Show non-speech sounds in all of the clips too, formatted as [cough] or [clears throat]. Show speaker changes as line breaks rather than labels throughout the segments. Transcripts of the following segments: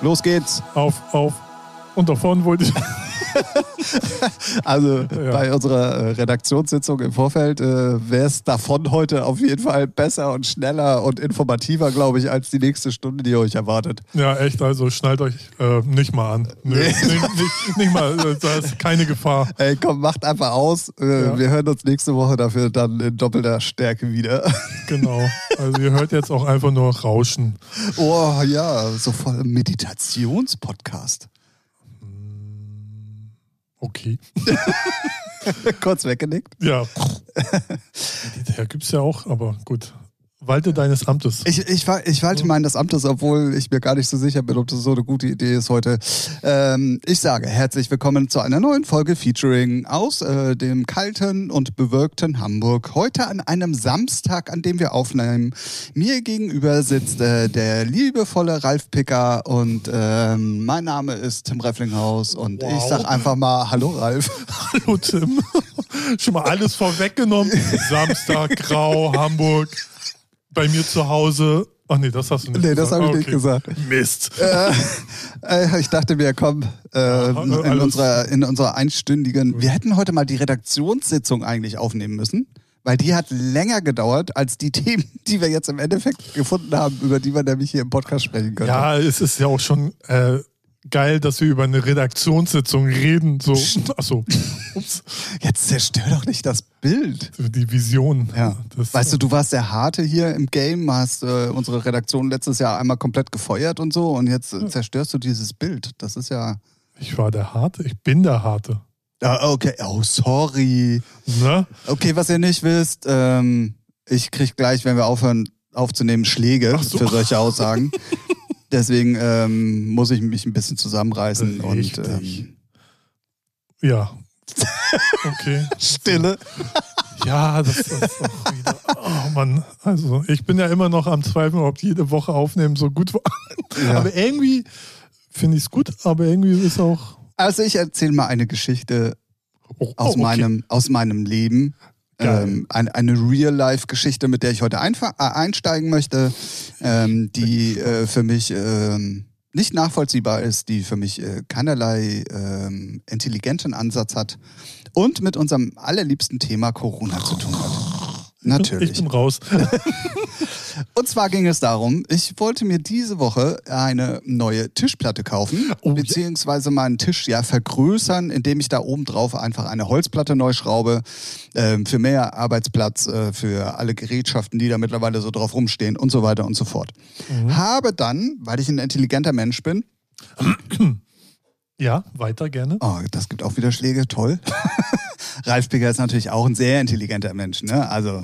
Los geht's.
Auf, auf und davon wollte ich. [laughs]
Also
Ja.
bei unserer äh, Redaktionssitzung im Vorfeld äh, wäre es davon heute auf jeden Fall besser und schneller und informativer, glaube ich, als die nächste Stunde, die euch erwartet.
Ja, echt, also schnallt euch äh, nicht mal an. Nö,
Nee.
nicht, nicht, nicht mal, äh, da ist keine Gefahr.
Ey, komm, macht einfach aus. Äh,
Ja.
Wir hören uns nächste Woche dafür dann in doppelter Stärke wieder.
Genau. Also ihr hört jetzt auch einfach nur Rauschen.
Oh [laughs] ja, so voll im Meditationspodcast.
Okay.
Kurz weggenickt.
Ja. Der gibt's ja auch, aber gut. Walte
[laughs]
deines Amtes.
Ich, ich, wa- ich halte meinen des Amtes, obwohl ich mir gar nicht so sicher bin, ob das so eine gute Idee ist heute. Ähm, ich sage herzlich willkommen zu einer neuen Folge Featuring aus äh, dem kalten und bewölkten Hamburg. Heute an einem Samstag, an dem wir aufnehmen. Mir gegenüber sitzt äh, der liebevolle Ralf Picker und ähm, mein Name ist Tim Refflinghaus und
Wow.
ich sag einfach mal Hallo Ralf.
Hallo [laughs] Tim. Schon mal alles vorweggenommen. Samstag, grau, Hamburg. Bei mir zu Hause. Ach nee, das hast du nicht
Nee, das
gesagt.
habe ich nicht gesagt.
Mist.
Äh, äh, ich dachte mir, komm, äh,
Aha, äh,
in,
alles.
unserer, in unserer einstündigen. Wir hätten heute mal die Redaktionssitzung eigentlich aufnehmen müssen, weil die hat länger gedauert als die [laughs] Themen, die wir jetzt im Endeffekt gefunden haben, über die wir nämlich hier im Podcast sprechen können.
Ja, es ist ja auch schon äh, geil, dass wir über eine Redaktionssitzung reden.
[laughs]
So, achso, ups,
Jetzt zerstör doch nicht das Bild.
die Vision.
Ja.
Das,
weißt du, du warst der Harte hier im Game, hast äh, unsere Redaktion letztes Jahr einmal komplett gefeuert und so und jetzt äh, zerstörst du dieses Bild. Das ist ja.
ich war der Harte, ich bin der Harte.
Ah, okay. Oh, sorry.
Ne?
Okay, was ihr nicht wisst, ähm, ich krieg gleich, wenn wir aufhören aufzunehmen, Schläge
Ach so.
für solche
[laughs]
Aussagen. Deswegen ähm, muss ich mich ein bisschen zusammenreißen und
Richtig.
ähm,
Ja. Okay.
Stille.
Ja, das ist auch wieder. Oh Mann, also ich bin ja immer noch am Zweifeln, ob jede Woche aufnehmen so gut war.
Ja.
Aber irgendwie finde ich es gut, aber irgendwie ist auch.
Also ich erzähle mal eine Geschichte
Oh,
aus,
oh, okay.
meinem, aus meinem Leben.
Geil.
Ähm, eine eine Real-Life-Geschichte, mit der ich heute einfa- äh, einsteigen möchte, ähm, die äh, für mich ähm, nicht nachvollziehbar ist, die für mich äh, keinerlei ähm, intelligenten Ansatz hat und mit unserem allerliebsten Thema Corona zu tun hat.
Ich
Natürlich.
bin raus.
Und zwar ging es darum, ich wollte mir diese Woche eine neue Tischplatte kaufen,
Oh, ja.
beziehungsweise meinen Tisch ja vergrößern, indem ich da oben drauf einfach eine Holzplatte neu schraube, ähm, für mehr Arbeitsplatz, äh, für alle Gerätschaften, die da mittlerweile so drauf rumstehen und so weiter und so fort. Habe dann, weil ich ein intelligenter Mensch bin,
Ja,
[laughs]
weiter gerne.
Oh, das gibt auch wieder Schläge, toll. [laughs] Ralf Bigger ist natürlich auch ein sehr intelligenter Mensch, ne? Also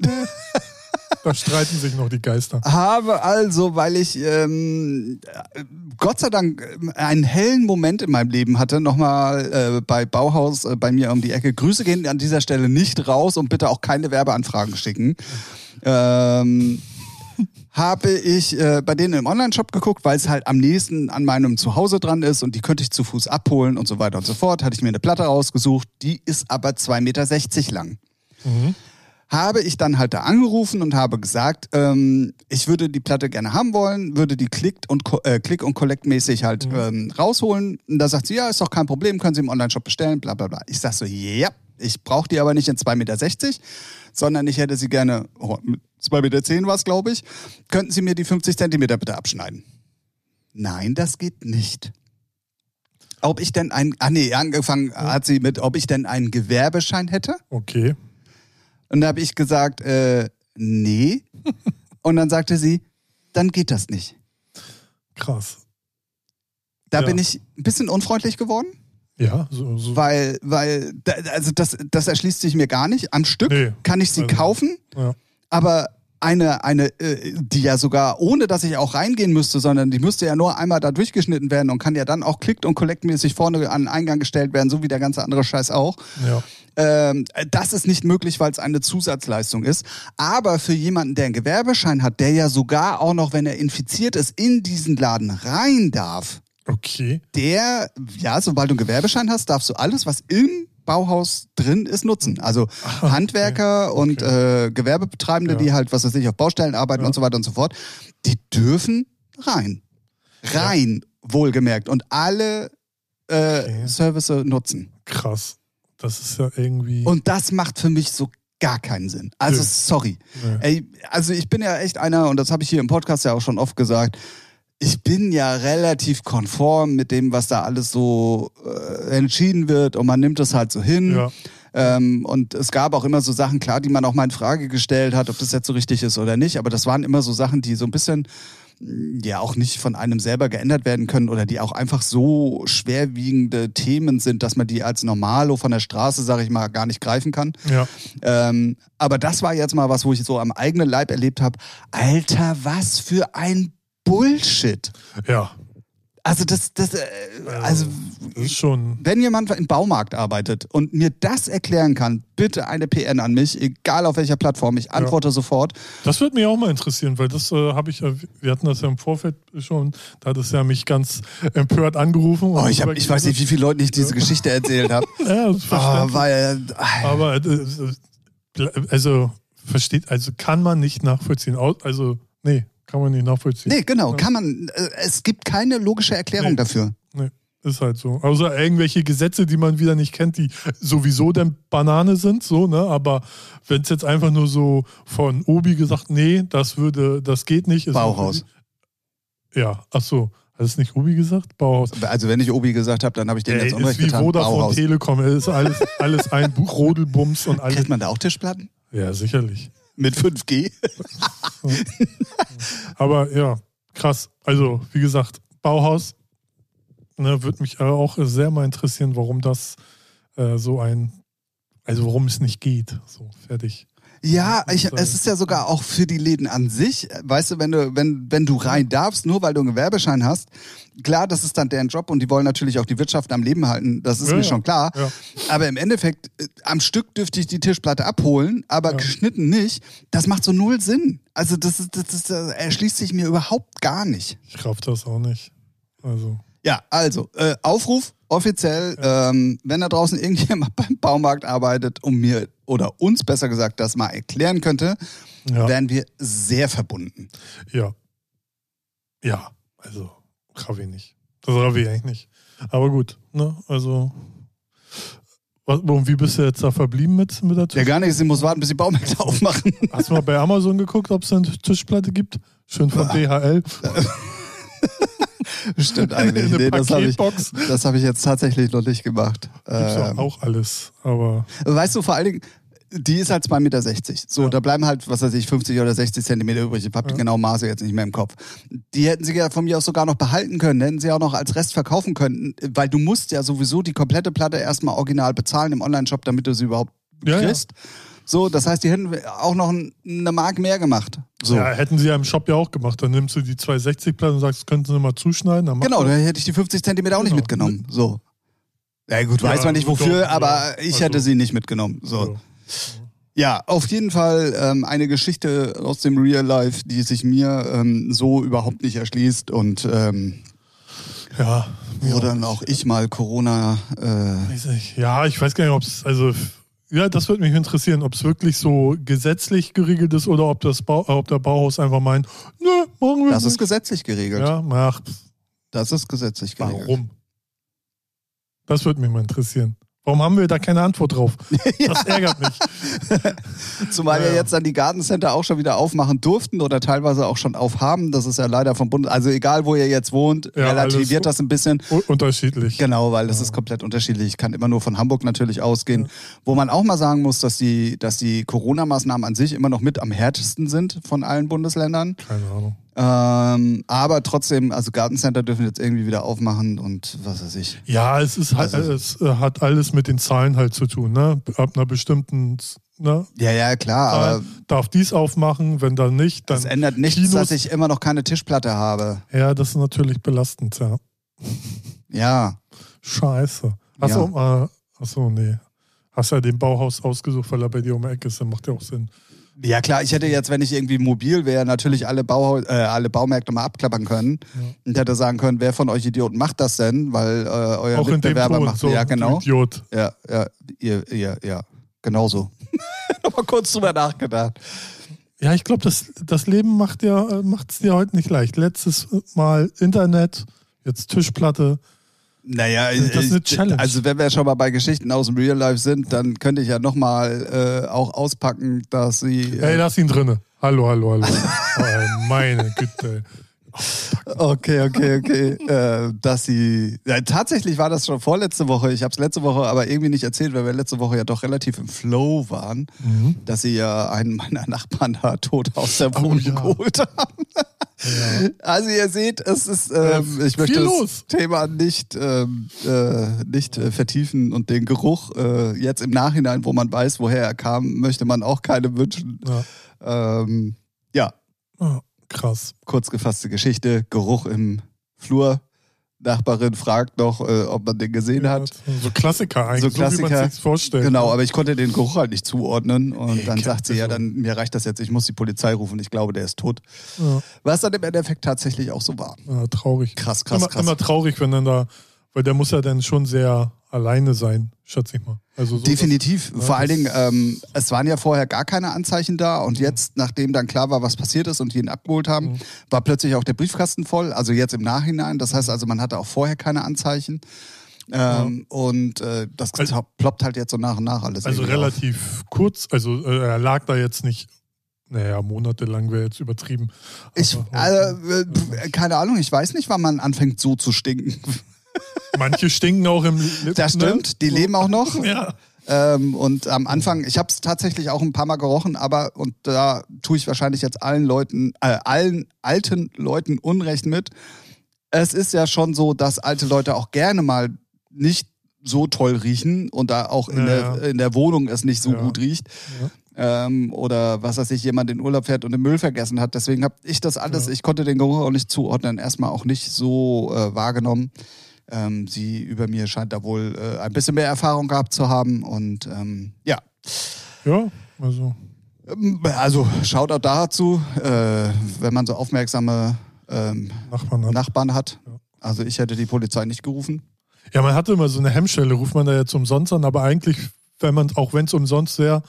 Da streiten sich noch die Geister.
habe also, weil ich ähm, äh, Gott sei Dank ähm, einen hellen Moment in meinem Leben hatte, nochmal äh, bei Bauhaus äh, bei mir um die Ecke. Grüße gehen an dieser Stelle nicht raus und bitte auch keine Werbeanfragen schicken. Ähm, habe ich äh, bei denen im Onlineshop geguckt, weil es halt am nächsten an meinem Zuhause dran ist und die könnte ich zu Fuß abholen und so weiter und so fort. Hatte ich mir eine Platte rausgesucht, die ist aber 2,60 Meter lang habe ich dann halt da angerufen und habe gesagt, ähm, ich würde die Platte gerne haben wollen, würde die klickt und ko- äh, klick und collect mäßig halt ähm, rausholen. Und da sagt sie, ja, ist doch kein Problem, können Sie im Onlineshop bestellen, bla bla bla. Ich sag so, ja, ich brauche die aber nicht in 2,60 Meter, sondern ich hätte sie gerne, oh, mit 2,10 Meter war es, glaube ich, könnten Sie mir die 50 Zentimeter bitte abschneiden? Nein, das geht nicht. Ob ich denn ein, ah nee, angefangen hat sie mit, ob ich denn einen Gewerbeschein hätte?
Okay.
Und da habe ich gesagt, äh,
[laughs]
nee. Und dann sagte sie, dann geht das nicht.
Krass.
Da
Ja.
bin ich ein bisschen unfreundlich geworden,
Ja, so. so.
weil, weil, da- also das, das erschließt sich mir gar nicht. Am Stück
Nee.
kann ich sie
Also-
kaufen,
Ja.
aber eine, eine, äh, die ja sogar, ohne dass ich auch reingehen müsste, sondern die müsste ja nur einmal da durchgeschnitten werden und kann ja dann auch klickt und collectmäßig vorne an den Eingang gestellt werden, so wie der ganze andere Scheiß auch.
ja.
Ähm, das ist nicht möglich, weil es eine Zusatzleistung ist. Aber für jemanden, der einen Gewerbeschein hat, der ja sogar auch noch, wenn er infiziert ist, in diesen Laden rein darf,
Okay.
der, ja, sobald du einen Gewerbeschein hast, darfst du alles, was im Bauhaus drin ist, nutzen. Also Handwerker und äh, Gewerbebetreibende,
Ah, Ja.
die halt, was weiß ich, auf Baustellen arbeiten und so weiter und so fort, die dürfen rein. Rein, wohlgemerkt. Und alle äh,
Okay.
Services nutzen.
Krass. Das ist ja irgendwie.
Und das macht für mich so gar keinen Sinn. Also,
Nö.
sorry.
Nö.
Ey, also, ich bin ja echt einer, und das habe ich hier im Podcast ja auch schon oft gesagt, ich bin ja relativ konform mit dem, was da alles so äh, entschieden wird und man nimmt es halt so hin.
ja.
Ähm, und es gab auch immer so Sachen, klar, die man auch mal in Frage gestellt hat, ob das jetzt so richtig ist oder nicht. Aber das waren immer so Sachen, die so ein bisschen mh, ja auch nicht von einem selber geändert werden können oder die auch einfach so schwerwiegende Themen sind, dass man die als Normalo von der Straße, sage ich mal, gar nicht greifen kann.
ja.
Ähm, aber das war jetzt mal was, wo ich so am eigenen Leib erlebt habe. Alter, was für ein Bullshit.
Ja.
Also das, das, äh, also
Das ist schon.
wenn jemand im Baumarkt arbeitet und mir das erklären kann, bitte eine PN an mich, egal auf welcher Plattform, ich antworte sofort.
Das würde mich auch mal interessieren, weil das äh, habe ich ja, wir hatten das ja im Vorfeld schon, da hat es ja mich ganz empört angerufen. und
Oh, ich, hab, ich weiß nicht, wie viele Leuten ich diese Geschichte erzählt habe.
Ja, [laughs] das
Ah,
verstehe
weil, ah,
Aber äh, äh, also versteht, also kann man nicht nachvollziehen. Au- Also, nee, kann man nicht nachvollziehen.
nee, genau, kann man. äh, Es gibt keine logische Erklärung
Nee.
dafür.
Nee, ist halt so. Außer irgendwelche Gesetze, die man wieder nicht kennt, die sowieso dann Banane sind, so, ne? Aber wenn es jetzt einfach nur so von Obi gesagt, nee, das würde, das geht nicht. ist-
Bauhaus.
Ja, ach so. Hat es nicht Obi gesagt? Bauhaus.
Also wenn ich Obi gesagt habe, dann habe ich denen
Ey,
jetzt Unrecht
ist wie
getan.
Vodafone
Bauhaus.
Telekom. Es ist alles, alles ein Buch, Rodelbums und alles.
Kriegt man da auch Tischplatten?
Ja, sicherlich.
Mit 5G?
Aber ja, krass. Also, wie gesagt, Bauhaus ne, würde mich äh, auch sehr mal interessieren, warum das äh, so ein, also warum es nicht geht. So, fertig.
Ja,
Das
ich,
ist, äh,
es ist ja sogar auch für die Läden an sich. Weißt du, wenn du, wenn, wenn du rein darfst, nur weil du einen Gewerbeschein hast, klar, das ist dann deren Job und die wollen natürlich auch die Wirtschaft am Leben halten, das ist
Ja,
mir
ja.
schon klar.
Ja.
Aber im Endeffekt, äh, am Stück dürfte ich die Tischplatte abholen, aber
Ja.
geschnitten nicht. Das macht so null Sinn. Also das, ist- das, das, das erschließt sich mir überhaupt gar nicht.
Ich raff das auch nicht. Also,
Ja, also, äh, Aufruf offiziell, ähm, wenn da draußen [laughs] irgendjemand beim Baumarkt arbeitet und mir oder uns besser gesagt das mal erklären könnte,
ja.
wären wir sehr verbunden.
Ja. Ja, also Ravi nicht. Das Ravi eigentlich nicht. Aber gut, ne? Also. Was, und wie bist du jetzt da verblieben mit, mit der
Der
Tischplatte?
gar nicht, sie muss warten, bis die Baumärkte [laughs] aufmachen.
Hast du mal bei Amazon geguckt, ob es eine Tischplatte gibt? Schön von DHL.
Stimmt
Eine
eigentlich. Nee, das habe ich,
Paketbox.
das hab ich jetzt tatsächlich noch nicht gemacht.
Gibt's ja
Ähm,
auch alles, aber
weißt du, vor allen Dingen, die ist halt 2,60 Meter. So,
Ja.
da bleiben halt, was weiß ich, 50 oder 60 Zentimeter übrig. Ich habe die
Ja.
genauen Maße jetzt nicht mehr im Kopf. Die hätten sie ja von mir aus sogar noch behalten können, hätten sie auch noch als Rest verkaufen können, weil du musst ja sowieso die komplette Platte erstmal original bezahlen im Online-Shop, damit du sie überhaupt
Ja, ja.
kriegst. So, das heißt, die hätten auch noch ein- eine Mark mehr gemacht. So.
ja, hätten sie ja im Shop ja auch gemacht. Dann nimmst du die 260-Platte und sagst, könnten sie mal zuschneiden. Dann macht
Genau,
man-
da hätte ich die 50 Zentimeter auch nicht
Genau.
mitgenommen. So. Ja gut, weiß
Ja,
man nicht
gut,
wofür,
doch,
aber
ja.
ich
Also-
hätte sie nicht mitgenommen. So.
So.
Ja, auf jeden Fall ähm, eine Geschichte aus dem Real Life, die sich mir ähm, so überhaupt nicht erschließt und ähm,
Ja, mir
wo dann auch ich mal Corona. Äh,
Weiß nicht. Ja, ich weiß gar nicht, ob es, also, f- ja, das würde mich interessieren, ob es wirklich so gesetzlich geregelt ist oder ob, das Bau, äh, ob der Bauhaus einfach meint, nö, machen wir
das ist
nicht.
gesetzlich geregelt.
Ja, ach, pf,
Das ist gesetzlich geregelt.
warum? Das würde mich mal interessieren. Warum haben wir da keine
[laughs]
Antwort drauf? Das ärgert mich.
Zumal ja
Ja.
jetzt dann die Gartencenter auch schon wieder aufmachen durften oder teilweise auch schon aufhaben. Das ist ja leider vom Bund. Also egal, wo ihr jetzt wohnt,
Ja,
relativiert
alles-
das ein bisschen.
U unterschiedlich.
Genau, weil das ist komplett unterschiedlich. Ich kann immer nur von Hamburg natürlich ausgehen, wo man auch mal sagen muss, dass die, dass die Corona-Maßnahmen an sich immer noch mit am härtesten sind von allen Bundesländern.
Keine Ahnung.
Ähm, aber trotzdem, also Gartencenter dürfen jetzt irgendwie wieder aufmachen und was weiß ich.
Ja, es ist halt,
Also-
es äh, hat alles mit den Zahlen halt zu tun, ne? Ab einer bestimmten ne,
Ja, ja, klar,
Zahl
aber
darf dies aufmachen, wenn dann nicht, dann.
das ändert nichts,
ähm, Kinos-
dass ich immer noch keine Tischplatte habe.
ja, das ist natürlich belastend, ja.
Ja.
Scheiße. Achso, äh, achso, nee. Hast ja den Bauhaus ausgesucht, weil er bei dir um die Ecke ist, dann macht ja auch Sinn.
Ja klar, ich hätte jetzt, wenn ich irgendwie mobil wäre, natürlich alle, Bauhau äh, alle Baumärkte mal abklappern können und hätte sagen können, wer von euch Idioten macht das denn? Weil äh, euer
auch in dem
Mitbewerber
Ton,
macht
so
ja
du
genau.
Idiot.
Ja, ja, ihr, ihr, ja, genau so. Nochmal kurz drüber nachgedacht.
Ja, ich glaube, das, das Leben macht dir, äh, macht's dir heute nicht leicht. Letztes Mal Internet, jetzt Tischplatte.
Naja,
Das ist eine
ich-
Challenge.
also wenn wir schon mal bei Geschichten aus dem Real Life sind, dann könnte ich ja nochmal äh, auch auspacken, dass sie...
Ey,
Äh,
lass ihn drinne. Hallo, hallo, hallo. [laughs] oh, meine Güte.
okay, okay,
[laughs]
okay. äh, dass sie... Ja, tatsächlich war das schon vorletzte Woche. Ich habe es letzte Woche aber irgendwie nicht erzählt, weil wir letzte Woche ja doch relativ im Flow waren,
Mhm.
dass sie ja einen meiner Nachbarn da tot aus der
Oh,
Wohnung
ja.
geholt haben.
Ja.
Also ihr seht, es ist, ähm,
Äh,
ich möchte
viel
das
los.
Thema nicht, ähm, äh, nicht äh, vertiefen und den Geruch äh, jetzt im Nachhinein, wo man weiß, woher er kam, möchte man auch keine wünschen.
Ja.
Ähm, ja,
Ah, krass.
kurz gefasste Geschichte, Geruch im Flur. Nachbarin fragt noch, äh, ob man den gesehen hat.
So Klassiker eigentlich, so,
So
wie man
Klassiker.
sich vorstellt.
Genau, aber ich konnte den Geruch halt nicht zuordnen. Und
Nee,
dann
kennt
sagt sie,
man
ja,
so.
dann mir reicht das jetzt, ich muss die Polizei rufen, ich glaube, der ist tot.
Ja,
Was dann im Endeffekt tatsächlich auch so war.
ja, traurig.
Krass, krass,
immer,
krass.
immer traurig, wenn dann da, weil der muss ja dann schon sehr alleine sein, schätze ich mal. Also so,
Definitiv.
Ja,
Vor
das-
allen Dingen, ähm, es waren ja vorher gar keine Anzeichen da und jetzt, nachdem dann klar war, was passiert ist und die ihn abgeholt haben,
Mhm.
war plötzlich auch der Briefkasten voll. Also jetzt im Nachhinein. Das heißt also, man hatte auch vorher keine Anzeichen. Ähm, Und äh, das
Also-
ploppt halt jetzt so nach und nach alles.
dass, also
irgendwie auf.
relativ kurz, also äh, er lag da jetzt nicht, naja, monatelang wäre jetzt übertrieben.
Ich,
Aber-
also, äh, pf, keine Ahnung, ich weiß nicht, wann man anfängt so zu stinken. [laughs]
äh, Manche stinken auch im ne?
Das stimmt, die leben auch noch.
Ja.
Ähm, und am Anfang, ich habe es tatsächlich auch ein paar Mal gerochen, aber und da tue ich wahrscheinlich jetzt allen Leuten, äh, allen alten Leuten Unrecht mit. Es ist ja schon so, dass alte Leute auch gerne mal nicht so toll riechen und da auch in,
Ja,
der,
ja.
in der Wohnung es nicht so
Ja.
gut riecht. Ähm, oder was weiß ich, jemand in Urlaub fährt und den Müll vergessen hat. Deswegen habe ich das alles,
Ja.
ich konnte den Geruch auch nicht zuordnen, erstmal auch nicht so äh, wahrgenommen. Ähm, sie über mir scheint da wohl äh, ein bisschen mehr Erfahrung gehabt zu haben. Und ähm, ja,
Ja, also.
Ähm, also schaut auch dazu, äh, wenn man so aufmerksame ähm,
Nachbarn hat.
Nachbarn hat.
Ja.
Also ich hätte die Polizei nicht gerufen.
Ja, man hatte immer so eine Hemmschwelle, ruft man da jetzt umsonst an, aber eigentlich, wenn man, auch wenn es umsonst wäre,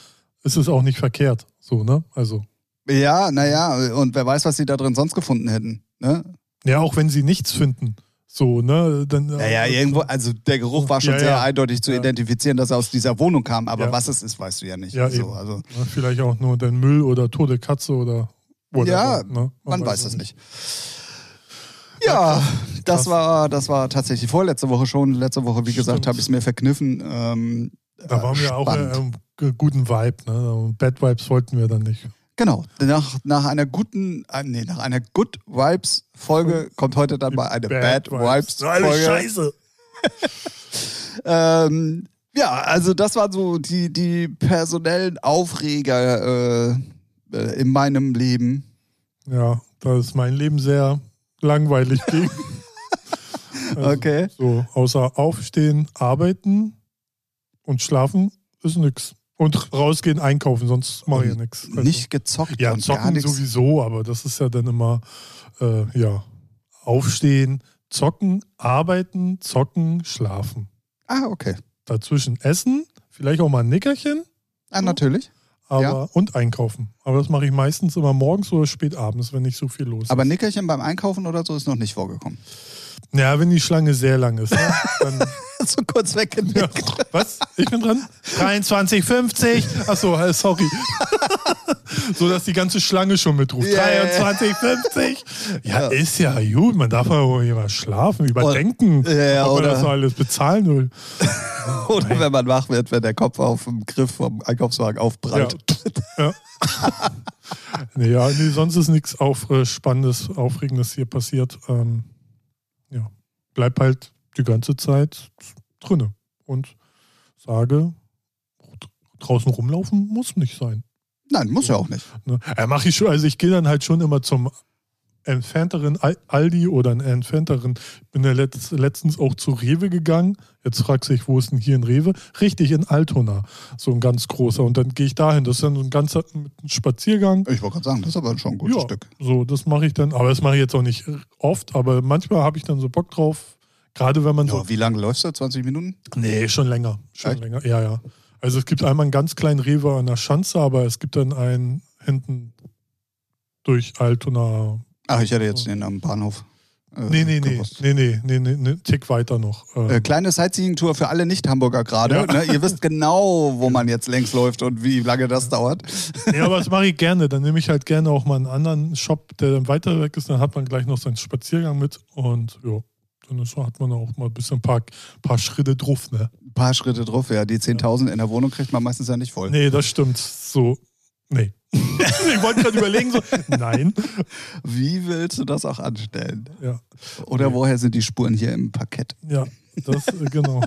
ist es auch nicht verkehrt. So, ne? Also.
Ja, naja, und wer weiß, was sie da drin sonst gefunden hätten. Ne?
Ja, auch wenn sie nichts finden. So, ne? Dann,
Naja, irgendwo, also der Geruch war schon
Ja,
sehr
ja.
eindeutig zu
Ja.
identifizieren, dass er aus dieser Wohnung kam, aber
Ja.
was es ist, weißt du ja nicht.
Ja,
so,
eben.
also,
Ne, vielleicht auch nur dein Müll oder tote Katze oder. whatever,
Ja,
ne?
man weiß es
es
nicht. Ja, das
Krass.
war, das war tatsächlich vorletzte Woche schon. Letzte Woche, wie gesagt,
Stimmt.
habe ich es mir verkniffen. Ähm,
Da waren wir auch
Spannend.
äh, ähm, g- guten Vibe, ne? Bad Vibes wollten wir dann nicht.
Genau, nach, nach einer guten, äh, nee, nach einer Good Vibes Folge kommt heute dann mal eine Bad, Vibes
Alle
Folge.
Scheiße.
Ähm, ja, also das waren so die, die personellen Aufreger äh, äh, in meinem Leben.
Ja, da ist mein Leben sehr
[laughs]
langweilig ging. Also,
Okay.
So, außer aufstehen, arbeiten und schlafen ist nix. Und rausgehen, einkaufen, sonst mache ich ja
Und
nix. Also,
Nicht gezockt
ja,
und gar
zocken
nichts.
sowieso, aber das ist ja dann immer, äh, ja, aufstehen, zocken, arbeiten, zocken, schlafen.
Ah, okay.
Dazwischen essen, vielleicht auch mal ein Nickerchen
Ah, natürlich.
aber,
Ja.
und einkaufen. Aber das mache ich meistens immer morgens oder spät abends, wenn nicht so viel los ist.
Aber Nickerchen beim Einkaufen oder so ist noch nicht vorgekommen. [laughs]
Ja, wenn die Schlange sehr lang ist. Ne? Dann,
so kurz weggenickt.
ja. Was? Ich bin dran? 23,50. Achso, äh, sorry. so, dass die ganze Schlange schon mitruft.
Ja, ja, ja.
23,50. Ja,
Ja.
ist ja gut. Man darf ja wohl hier mal schlafen, überdenken,
Ja, ja,
ob man
oder-
das noch alles bezahlen will.
[laughs] Oder wenn man wach wird, wenn der Kopf auf dem Griff vom Einkaufswagen
Ja.
aufprallt.
ja. nee, ja, nee, sonst ist nichts auf, äh, Spannendes, Aufregendes hier passiert. Ähm, ja, bleib halt die ganze Zeit drinne und sage, draußen rumlaufen muss nicht sein.
[laughs] Nein, muss ja auch nicht.
Ne? Ja, mach ich schon, also ich gehe dann halt schon immer zum entfernteren Al- Aldi oder einen entfernteren. Ich bin ja letzt, letztens auch zu Rewe gegangen. Jetzt fragst du dich, wo ist denn hier ein Rewe? Richtig, in Altona. So ein ganz großer. Und dann gehe ich dahin. Das ist dann so ein ganzer mit einem Spaziergang.
Ich wollte gerade sagen, das ist aber schon ein gutes
Ja.
Stück.
So, das mache ich dann. Aber das mache ich jetzt auch nicht oft. Aber manchmal habe ich dann so Bock drauf. Gerade wenn man so
Ja, wie lange läufst du? 20 Minuten?
Nee, schon länger. Schon
Echt?
länger, ja, ja. Also es gibt einmal einen ganz kleinen Rewe an der Schanze, aber es gibt dann einen hinten durch Altona.
Ach, ich hätte jetzt den am Bahnhof. äh,
Nee, nee, nee,
gewusst.
nee, nee, nee, nee, nee, Tick weiter noch. Ähm,
Äh, [laughs] kleine Sightseeing-Tour für alle Nicht-Hamburger gerade. Ne? Ihr
[laughs]
wisst genau, wo man jetzt längs läuft und wie lange das dauert.
Ja, aber das mache ich gerne. Dann nehme ich halt gerne auch mal einen anderen Shop, der dann weiter weg ist. Dann hat man gleich noch seinen Spaziergang mit und ja, dann ist, hat man auch mal ein bisschen ein paar, paar Schritte drauf, ne?
Ein paar Schritte drauf, ja. Die 10.000 in der Wohnung kriegt man meistens ja nicht voll.
Nee, das stimmt. So,
[laughs]
nee. ich wollte gerade überlegen, so, nein.
Wie willst du das auch anstellen?
Ja,
Oder woher sind die Spuren hier im Parkett?
ja das, äh, genau.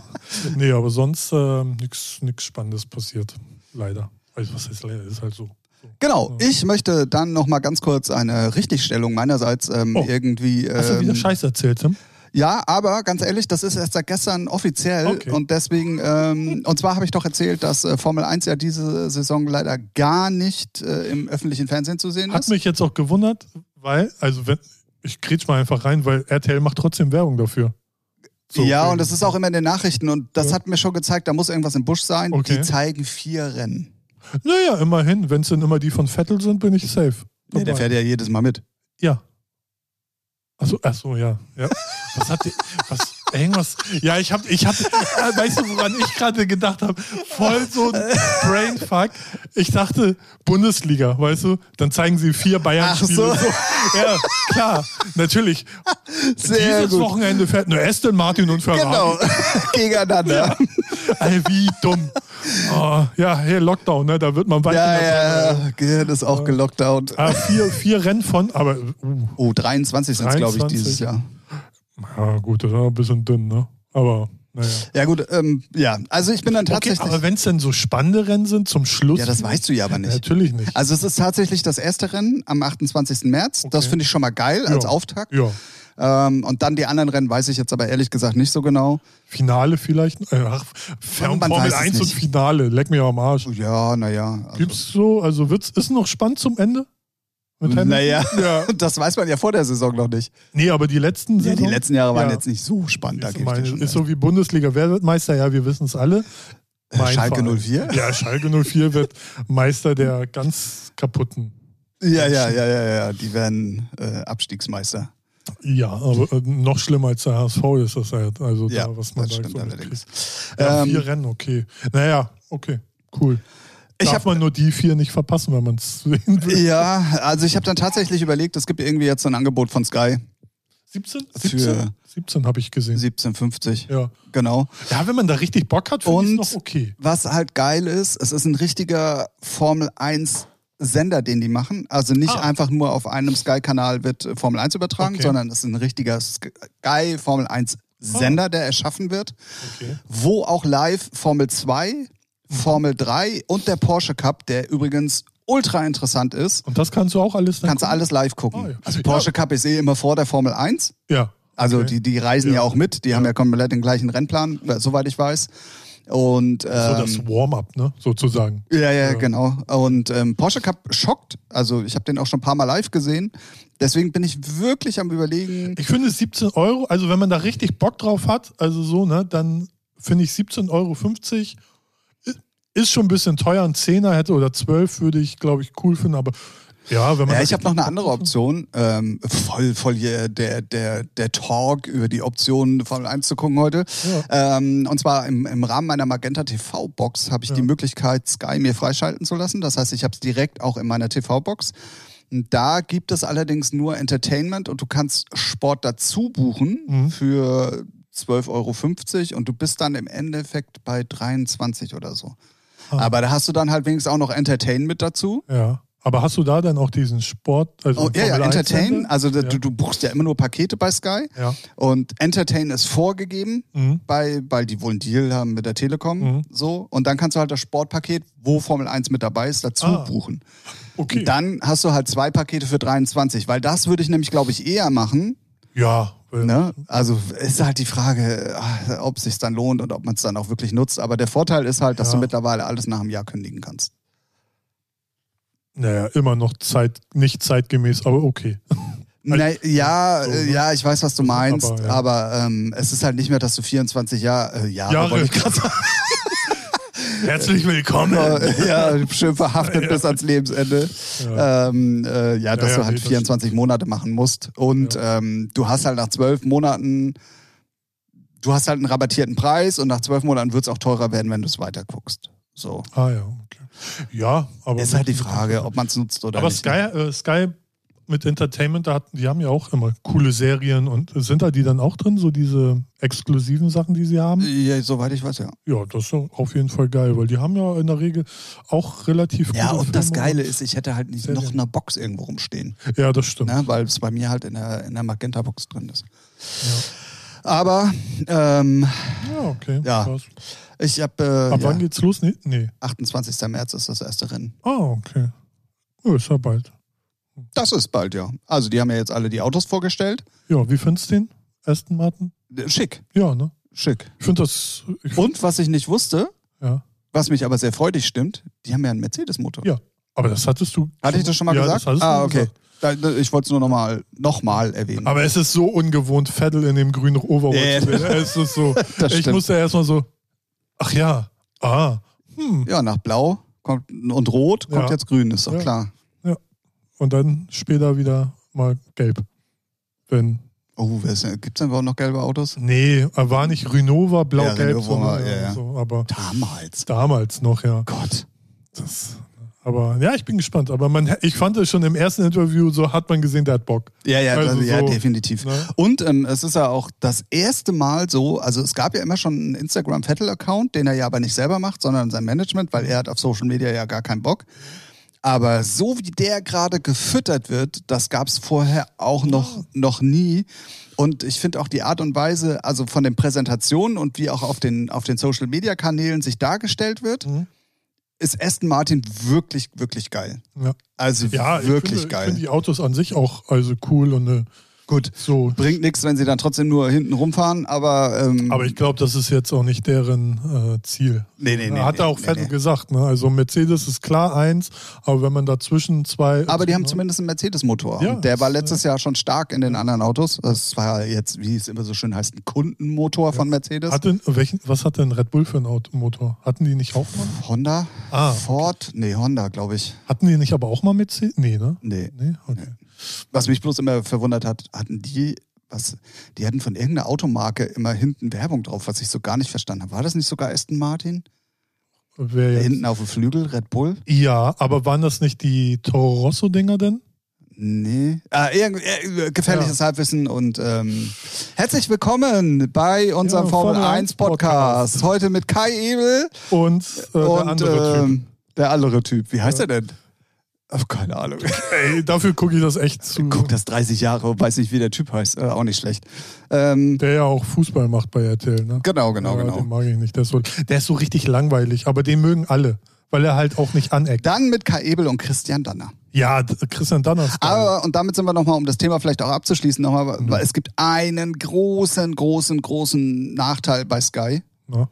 Nee, aber sonst äh, nichts Spannendes passiert. Leider. Also, was heißt leider? Ist halt so.
Genau, ich möchte dann nochmal ganz kurz eine Richtigstellung meinerseits ähm,
Oh.
irgendwie. Ähm,
Hast du wieder Scheiß erzählt, Tim?
Ja, aber ganz ehrlich, das ist erst seit gestern offiziell
Okay.
und deswegen, ähm, und zwar habe ich doch erzählt, dass äh, Formel 1 ja diese Saison leider gar nicht äh, im öffentlichen Fernsehen zu sehen
Hat
ist.
mich jetzt auch gewundert, weil, also wenn, ich kretsch mal einfach rein, weil RTL macht trotzdem Werbung dafür. So,
ja, und
irgendwie.
das ist auch immer in den Nachrichten und das
Ja.
hat mir schon gezeigt, da muss irgendwas im Busch sein.
Okay.
Die zeigen vier Rennen.
Naja, immerhin, wenn es denn immer die von Vettel sind, bin ich safe.
Ja, der
Dabei.
fährt ja jedes Mal mit.
Ja. Achso, achso, ja. ja. Was hat die, was, irgendwas, ja, ich hab, ich hab, äh, weißt du, woran ich gerade gedacht habe? Voll so ein Brainfuck. Ich dachte, Bundesliga, weißt du, dann zeigen sie vier Bayern-Spiele.
Ach so.
Ja, klar, natürlich.
Sehr
Dieses
gut.
Wochenende fährt nur Aston Martin und Ferrari.
Genau, [laughs] gegeneinander.
Ey, wie
[laughs]
dumm. Oh, ja, hey, Lockdown, ne? da wird man weit
Ja,
in der
ja,
Sonne.
ja. Gehirn ist auch gelockt out.
Ah, vier, vier Rennen von, aber uh,
Oh, 23 sind es, glaube ich, dieses
23.
Jahr.
ja, gut, das ist ein bisschen dünn, ne? Aber naja.
Ja, gut, ähm, ja. Also ich bin dann
Okay,
tatsächlich.
aber wenn es denn so spannende Rennen sind zum Schluss.
ja, das weißt du ja aber nicht.
Natürlich nicht.
Also es ist tatsächlich das erste Rennen am 28. März. Das
Okay.
finde ich schon mal geil als
Ja.
Auftakt.
ja.
Ähm, und dann die anderen Rennen weiß ich jetzt aber ehrlich gesagt nicht so genau.
Finale vielleicht? Äh, Ach, Fer-
Man
Formel
weiß es
1 und
nicht.
Finale. Leck mir am Arsch.
Ja, naja. Also,
Gibt's so, also wird's, ist noch spannend zum Ende? Mit Hamilton?
Naja.
Ja.
[laughs] das weiß man ja vor der Saison noch nicht.
Nee, aber die letzten
Ja, die
Saison-
letzten Jahre waren
Ja.
jetzt nicht so spannend. Da
ist,
gebe ich dir
meine,
schon
ist
recht.
so wie Bundesliga. Wer wird Meister? Ja, wir wissen es alle. Mein
Äh, Schalke
Verein.
04?
Ja, Schalke 04 wird Meister der ganz kaputten.
ja, ja, ja, ja, ja. Die werden äh,
[laughs]
Abstiegsmeister.
Ja, aber äh, noch schlimmer als der HSV ist das halt. Also
Ja,
da, was man
das
da
stimmt
so
allerdings.
mitkriegt. Ja,
Ähm,
vier Rennen, okay. Naja, okay, cool.
Ich
Darf
hab-
man nur die vier nicht verpassen, wenn man es [laughs] sehen will.
Ja, also ich habe dann tatsächlich überlegt, es gibt irgendwie jetzt so ein Angebot von Sky.
17?
Für-
17, 17 habe ich gesehen.
1750.
Ja.
Genau.
ja, wenn man da richtig Bock hat, finde ich
Und-
noch okay.
Was halt geil ist, es ist ein richtiger Formel 1 Sender, den die machen. Also nicht
Ah.
einfach nur auf einem Sky-Kanal wird äh, Formel 1 übertragen,
Okay.
sondern es ist ein richtiger Sky Formel 1 Sender, der erschaffen wird,
Ah. okay.
wo auch live Formel 2, Formel 3 und der Porsche Cup, der übrigens ultra interessant ist,
Und das kannst du auch alles dann
kannst du
gucken?
alles live gucken.
Ah, ja.
Also
Ja.
Porsche Cup ist eh immer vor der Formel 1.
Ja.
Also
Okay.
die, die reisen ja.
Ja.
auch mit, die haben ja komplett den gleichen Rennplan, äh, soweit ich weiß. Und ähm,
So das Warm-up, ne? Sozusagen.
Ja, ja,
Ja.
genau. Und ähm, Porsche Cup schockt. Also ich habe den auch schon ein paar Mal live gesehen. Deswegen bin ich wirklich am überlegen.
Ich finde 17 Euro, also wenn man da richtig Bock drauf hat, also so, ne, dann finde ich 17,50 Euro ist schon ein bisschen teuer. Ein Zehner hätte oder 12 würde ich, glaube ich, cool finden, aber ja, wenn man.
Ja,
da
ich habe
richtig
noch eine
[laughs] Bock
andere
drauf hat-
Option. Ähm, voll, voll hier der, der, der Talk über die Optionen Formel 1 zu gucken heute. Ähm, und zwar im, im Rahmen meiner Magenta TV-Box habe ich die Möglichkeit, Sky mir freischalten zu lassen. Das heißt, ich habe es direkt auch in meiner TV-Box. Und Da gibt es allerdings nur Entertainment und du kannst Sport dazu buchen
Mhm.
für 12,50 Euro und du bist dann im Endeffekt bei 23 oder so. Aber da hast du dann halt wenigstens auch noch Entertainment dazu.
Ja. Aber hast du da dann auch diesen Sport? Also
Oh, ja, ja,
Formel 1
Entertain.
Sender?
Also da-
Ja.
du, du buchst ja immer nur Pakete bei Sky.
Ja.
Und Entertain ist vorgegeben,
Mhm.
bei, weil die wohl einen Deal haben mit der Telekom.
Mhm.
So. Und dann kannst du halt das Sportpaket, wo Formel 1 mit dabei ist, dazu
Ah.
buchen.
Okay.
Und dann hast du halt zwei Pakete für 23, weil das würde ich nämlich, glaube ich, eher machen.
ja. weil-
Ne? Also ist halt die Frage, ah, ob es sich dann lohnt und ob man es dann auch wirklich nutzt. Aber der Vorteil ist halt, dass
Ja.
du mittlerweile alles nach einem Jahr kündigen kannst.
Naja, immer noch Zeit, nicht zeitgemäß,
[laughs]
aber okay.
Na, ja,
so,
äh,
ne?
ja, ich weiß, was du meinst,
aber,
aber,
ja.
ähm, es ist halt nicht mehr, dass du 24 Jahr, äh, Jahre,
[laughs] Jahre.
wollte ich gerade sagen.
Herzlich willkommen.
ja, schön
[laughs]
verhaftet bis ans Lebensende. Ja, ähm, äh, ja dass
ja,
du halt
nee, das
24 Monate machen musst. Und ähm, du hast halt nach zwölf Monaten, du hast halt einen rabattierten Preis und nach zwölf Monaten wird es auch teurer werden, wenn du es weiterguckst. So.
Ah ja, okay. Ja, aber.
Ist halt die Frage, ob man es nutzt oder
Aber
nicht.
Sky, äh, Sky mit Entertainment, da hatten, die haben ja auch immer coole Serien und sind da die dann auch drin, so diese exklusiven Sachen, die sie haben?
Ja, soweit ich weiß, ja.
Ja, das ist doch auf jeden Fall geil, weil die haben ja in der Regel auch relativ
Ja,
gute
und das
Filme.
Geile ist, ich hätte halt nicht
Sehr
noch
gut.
eine Box irgendwo rumstehen,
Ja, das stimmt.
ne? weil es bei mir halt in der, in der Magenta-Box drin ist. Aber ähm,
Ja, okay.
Ja.
krass.
ich
Ab
habe äh,
wann
ja,
geht's los? Nee. nee.
28. März ist das erste Rennen.
Ah, okay. Ja, ist ja bald.
Das ist bald, ja. Also die haben ja jetzt alle die Autos vorgestellt. Äh,
Ja, wie findest du den? Aston Martin?
Schick,
Ja, ne?
schick.
Ich finde das. Ich,
Und was ich nicht wusste,
ja.
was mich aber sehr freudig stimmt, die haben ja einen Mercedes-Motor.
Ja. Aber das hattest du.
Hatte ich das schon mal
ja,
gesagt?
Das hattest
ah,
du
okay.
Gesagt.
Da, da- ich wollte es nur nochmal noch mal erwähnen.
Aber es ist so ungewohnt, Vettel in dem grünen Overwatch.
Ja,
zu sehen. es ist so.
das
ich
stimmt.
musste erstmal so. Ach ja. Ah. Hm.
ja, nach Blau kommt, und Rot kommt
Ja.
jetzt Grün, ist doch
Ja.
klar.
Und dann später wieder mal gelb. Wenn.
Oh, gibt es denn überhaupt noch gelbe Autos?
Nee, war nicht Renault, war
Ja,
blau-gelb.
Renault war
sondern,
mal, ja, ja.
So, aber
Damals.
damals noch, ja.
Gott.
Das, aber ja, ich bin gespannt. Aber man, ich fand es schon im ersten Interview, so hat man gesehen, der hat Bock.
Ja, ja,
Also
das, ja
so,
definitiv.
ne?
Und ähm, es ist ja auch das erste Mal so, also es gab ja immer schon einen Instagram-Vettel-Account, den er ja aber nicht selber macht, sondern sein Management, weil er hat auf Social Media ja gar keinen Bock. Aber so wie der gerade gefüttert wird, das gab es vorher auch noch, noch nie. Und ich finde auch die Art und Weise, also von den Präsentationen und wie auch auf den, auf den Social-Media-Kanälen sich dargestellt wird,
Mhm.
ist Aston Martin wirklich, wirklich geil.
Ja,
Also
ja
wirklich
ich finde, Ich
geil.
finde die Autos an sich auch also cool und äh,
Gut.
so.
Bringt nichts, wenn sie dann trotzdem nur hinten rumfahren, aber. Ähm,
Aber ich glaube, das ist jetzt auch nicht deren äh, Ziel.
Nee, nee, nee,
Hat er
nee,
auch
nee,
Vettel
nee.
gesagt. Ne? Also Mercedes ist klar eins, aber wenn man dazwischen zwei.
aber die haben
ne?
zumindest einen Mercedes-Motor.
Ja,
Und der war
das, äh,
letztes Jahr schon stark in den anderen Autos. Das war jetzt, wie es immer so schön heißt, ein Kundenmotor von Mercedes.
Hat denn, welchen, was hat denn Red Bull für einen Auto- Motor? Hatten die nicht auch mal?
Honda?
Ah,
Ford? Nee, Honda, glaube ich.
hatten die nicht aber auch mal Mercedes? Nee, ne?
Nee.
Nee, okay.
Was mich bloß immer verwundert hat, hatten die, was, die hatten von irgendeiner Automarke immer hinten Werbung drauf, was ich so gar nicht verstanden habe. War das nicht sogar Aston Martin?
Wer jetzt?
Hinten auf dem Flügel, Red Bull?
Ja, aber waren das nicht die Toro Rosso-Dinger denn?
Nee. Ah, irgend, äh, gefährliches Halbwissen und ähm, herzlich willkommen bei unserem
Ja,
Formel
Formel
1 Podcast. Heute mit Kai Ebel
Und äh, der
und
andere Typ.
ähm, der andere Typ. Wie heißt er denn? Ach, keine Ahnung.
Ey, dafür gucke ich das
[laughs]
echt zu.
Guck, das 30 Jahre, weiß nicht, wie der Typ heißt. Äh, auch nicht schlecht. Ähm,
Der ja auch Fußball macht bei RTL, ne?
genau, genau,
ja,
genau.
Den mag ich nicht. Der ist, so, der ist so richtig langweilig, aber den mögen alle, weil er halt auch nicht aneckt.
Dann mit Kai Ebel und Christian Danner.
Ja, d- Christian Danner. ist geil.
Aber, und damit sind wir nochmal, um das Thema vielleicht auch abzuschließen, nochmal,
Mhm.
weil es gibt einen großen, großen, großen Nachteil bei Sky.
Ne?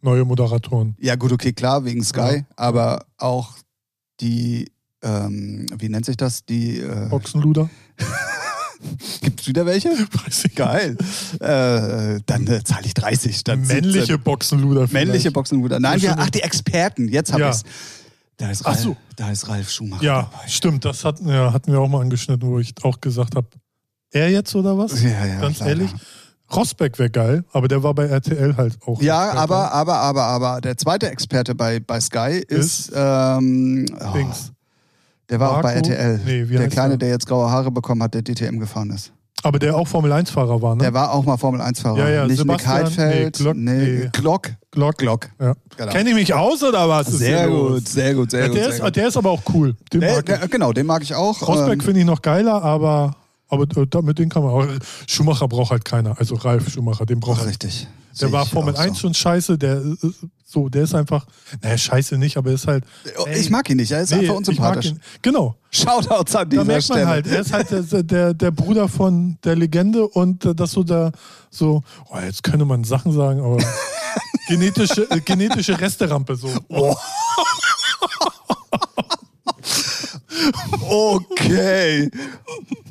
Neue Moderatoren.
Ja, gut, okay, klar, wegen Sky,
Ja.
aber auch die, ähm, wie nennt sich das? Die, äh,
Boxenluder.
gibt es wieder welche?
[laughs] Weiß ich gar
Geil. Äh, dann äh, zahle ich 30 statt
nicht.
17.
Männliche Boxenluder. vielleicht.
Männliche Boxenruder. Nein, wir, ach, die Experten, jetzt hab
Ja.
ich's. Da ist,
Ach
Ralf,
so.
da ist Ralf Schumacher
Ja, stimmt. Das hatten, ja, hatten wir auch mal angeschnitten, wo ich auch gesagt habe, er jetzt oder was?
dabei. Ja, ja,
Ganz
leider.
ehrlich, Rosbeck wäre geil, aber der war bei RTL halt auch.
Ja,
nicht geil.
aber, aber, aber, aber, der zweite Experte bei, bei Sky ist, ähm, oh,
Dings.
der war auch bei
Marco?
RTL.
Nee, wie
der
heißt
Kleine,
der?
der jetzt graue Haare bekommen hat, der DTM gefahren ist.
Aber der auch Formel 1-Fahrer war, ne?
Der war auch mal Formel 1-Fahrer.
Ja, ja,
Nicht
Sebastian,
Nick Heidfeld.
nee, Glock,
nee,
nee.
Glock.
Glock.
Glock.
Ja.
Genau.
Kenne ich mich aus oder was? Ist
Sehr
hier los?
gut, sehr gut, sehr
Ja,
gut.
der,
Sehr
ist, halt
gut.
der ist aber auch cool. Den
Nee,
mag ich.
der, genau, den mag ich auch.
Rosberg
Ähm,
finde ich noch geiler, aber, aber äh, da- mit dem kann man auch. Schumacher braucht halt keiner. Also Ralf Schumacher, den braucht
ach,
halt.
oh, richtig. Sehe
Der war
ich
Formel
auch so.
1 schon scheiße. Der, äh, so, der ist einfach. Naja, scheiße nicht, aber ist halt.
Oh,
ey,
Ich mag ihn nicht, er ist
nee,
einfach
ich mag
unsympathisch.
ihn. Genau.
Shoutouts an
Da
dieser
merkt man
Stelle.
halt, er ist halt der, der, der Bruder von der Legende und äh, das so da so, oh, jetzt könnte man Sachen sagen,
[laughs]
aber genetische, äh, genetische Resterampe so.
Oh. Okay.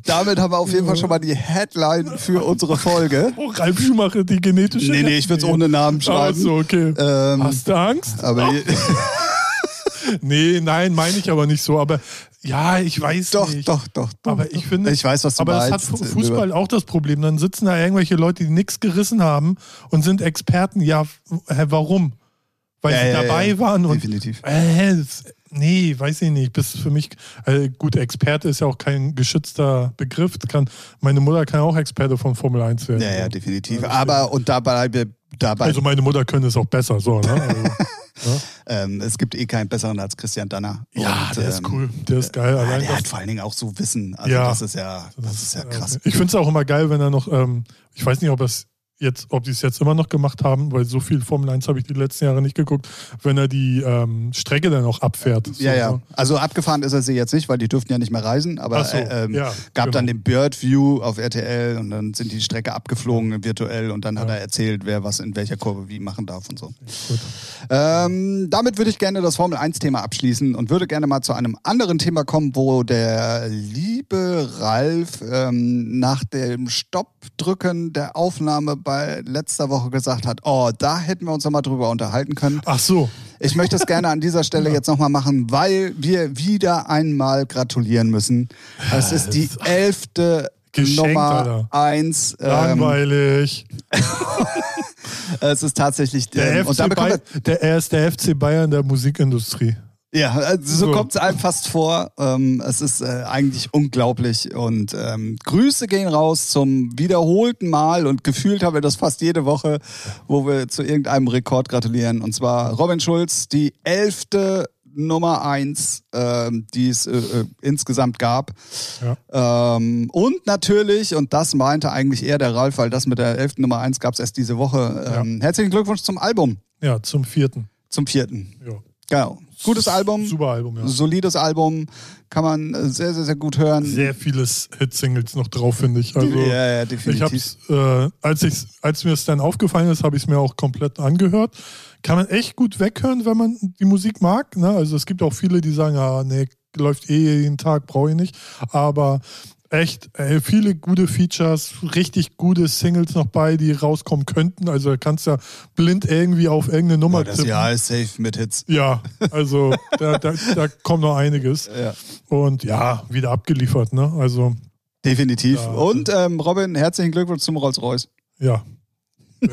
Damit haben wir auf jeden Fall schon mal die Headline für unsere Folge.
Oh, Ralf Schumacher, die genetische.
Nee, nee, ich würde es ohne Namen
Ach
schreiben.
so, okay.
Ähm,
Hast du Angst?
Aber je-
Nee, nein, meine ich aber nicht so. Aber ja, ich
[laughs]
weiß
doch,
nicht.
doch, doch, doch.
Aber ich finde,
Ich weiß, was du
aber das hat
meinst.
Fu-
ne?
Fußball auch das Problem. Dann sitzen da irgendwelche Leute, die nichts gerissen haben und sind Experten. Ja, f- hä, warum? Weil
Ja,
sie
ja,
dabei
ja.
waren und.
Definitiv.
Äh, s- nee, weiß ich nicht. Bist für mich. Äh, gut, Experte ist ja auch kein geschützter Begriff. Kann, meine Mutter kann auch Experte von Formel 1 werden.
Ja, ja, definitiv.
Ja,
Aber und dabei, dabei
Also meine Mutter könnte es auch besser, so, ne?
[laughs]
Also, ja.
ähm, es gibt eh keinen besseren als Christian Danner.
Ja,
Und,
der ist
ähm,
cool. Der ist geil.
Ja,
Allein
der
das,
hat vor allen Dingen auch so Wissen. Also
Ja. äh,
das ist ja, das ist ja krass.
Ich finde es auch immer geil, wenn er noch, ähm, ich weiß nicht, ob das jetzt, ob die es jetzt immer noch gemacht haben, weil so viel Formel 1 habe ich die letzten Jahre nicht geguckt, wenn er die ähm, Strecke dann auch abfährt. So,
Ja, ja.
so.
Also abgefahren ist er sie jetzt nicht, weil die dürften ja nicht mehr reisen, aber
Ach so,
äh, ähm,
ja,
gab
genau.
dann den Bird View auf RTL und dann sind die Strecke abgeflogen virtuell und dann hat er erzählt, wer was in welcher Kurve wie machen darf und so.
Gut.
Ähm, damit würde ich gerne das Formel 1-Thema abschließen und würde gerne mal zu einem anderen Thema kommen, wo der liebe Ralf ähm, nach dem Stoppdrücken der Aufnahme bei letzter Woche gesagt hat, oh, da hätten wir uns nochmal drüber unterhalten können.
Ach so.
Ich möchte es gerne an dieser Stelle jetzt nochmal machen, weil wir wieder einmal gratulieren müssen. Das ist
[laughs]
die elfte
Geschenkt,
Nummer
Alter.
eins. Ähm,
Langweilig.
es ist tatsächlich
Der,
ähm, und
FC
damit kommen wir,
Bayern, der, er ist der FC Bayern der Musikindustrie.
Ja, also so
So.
kommt es einem fast vor. Ähm, es ist äh, eigentlich unglaublich. Und ähm, Grüße gehen raus zum wiederholten Mal. Und gefühlt haben wir das fast jede Woche, wo wir zu irgendeinem Rekord gratulieren. Und zwar Robin Schulz, die elfte Nummer eins, ähm, die es äh, äh, insgesamt gab. Ähm, und natürlich, und das meinte eigentlich eher der Ralf, weil das mit der elften Nummer eins gab es erst diese Woche. Ähm, Herzlichen Glückwunsch zum Album,
Ja, zum vierten.
zum vierten.
Ja.
Genau. Gutes Album
Super Album, ja.
solides Album, kann man äh, sehr, sehr, sehr gut hören.
Sehr viele Hit-Singles noch drauf, finde ich. Also,
ja, ja,
Ich
definitiv.
hab's, äh, als, ich's, als mir es dann aufgefallen ist, habe ich es mir auch komplett angehört. Kann man echt gut weghören, wenn man die Musik mag. Ne? Also es gibt auch viele, die sagen, ah, nee, läuft eh jeden Tag, brauche ich nicht. Aber echt ey, viele gute Features, richtig gute Singles noch bei, die rauskommen könnten. Also da kannst du ja blind irgendwie auf irgendeine Nummer
Aber Oh, das
tippen.
Jahr ist safe mit Hits.
Ja, also da, da, da kommt noch einiges.
Ja.
Und ja, wieder abgeliefert. Ne? Also
Definitiv.
Ja. also
Und ähm, Robin, herzlichen Glückwunsch zum Rolls-Royce.
Ja. [laughs]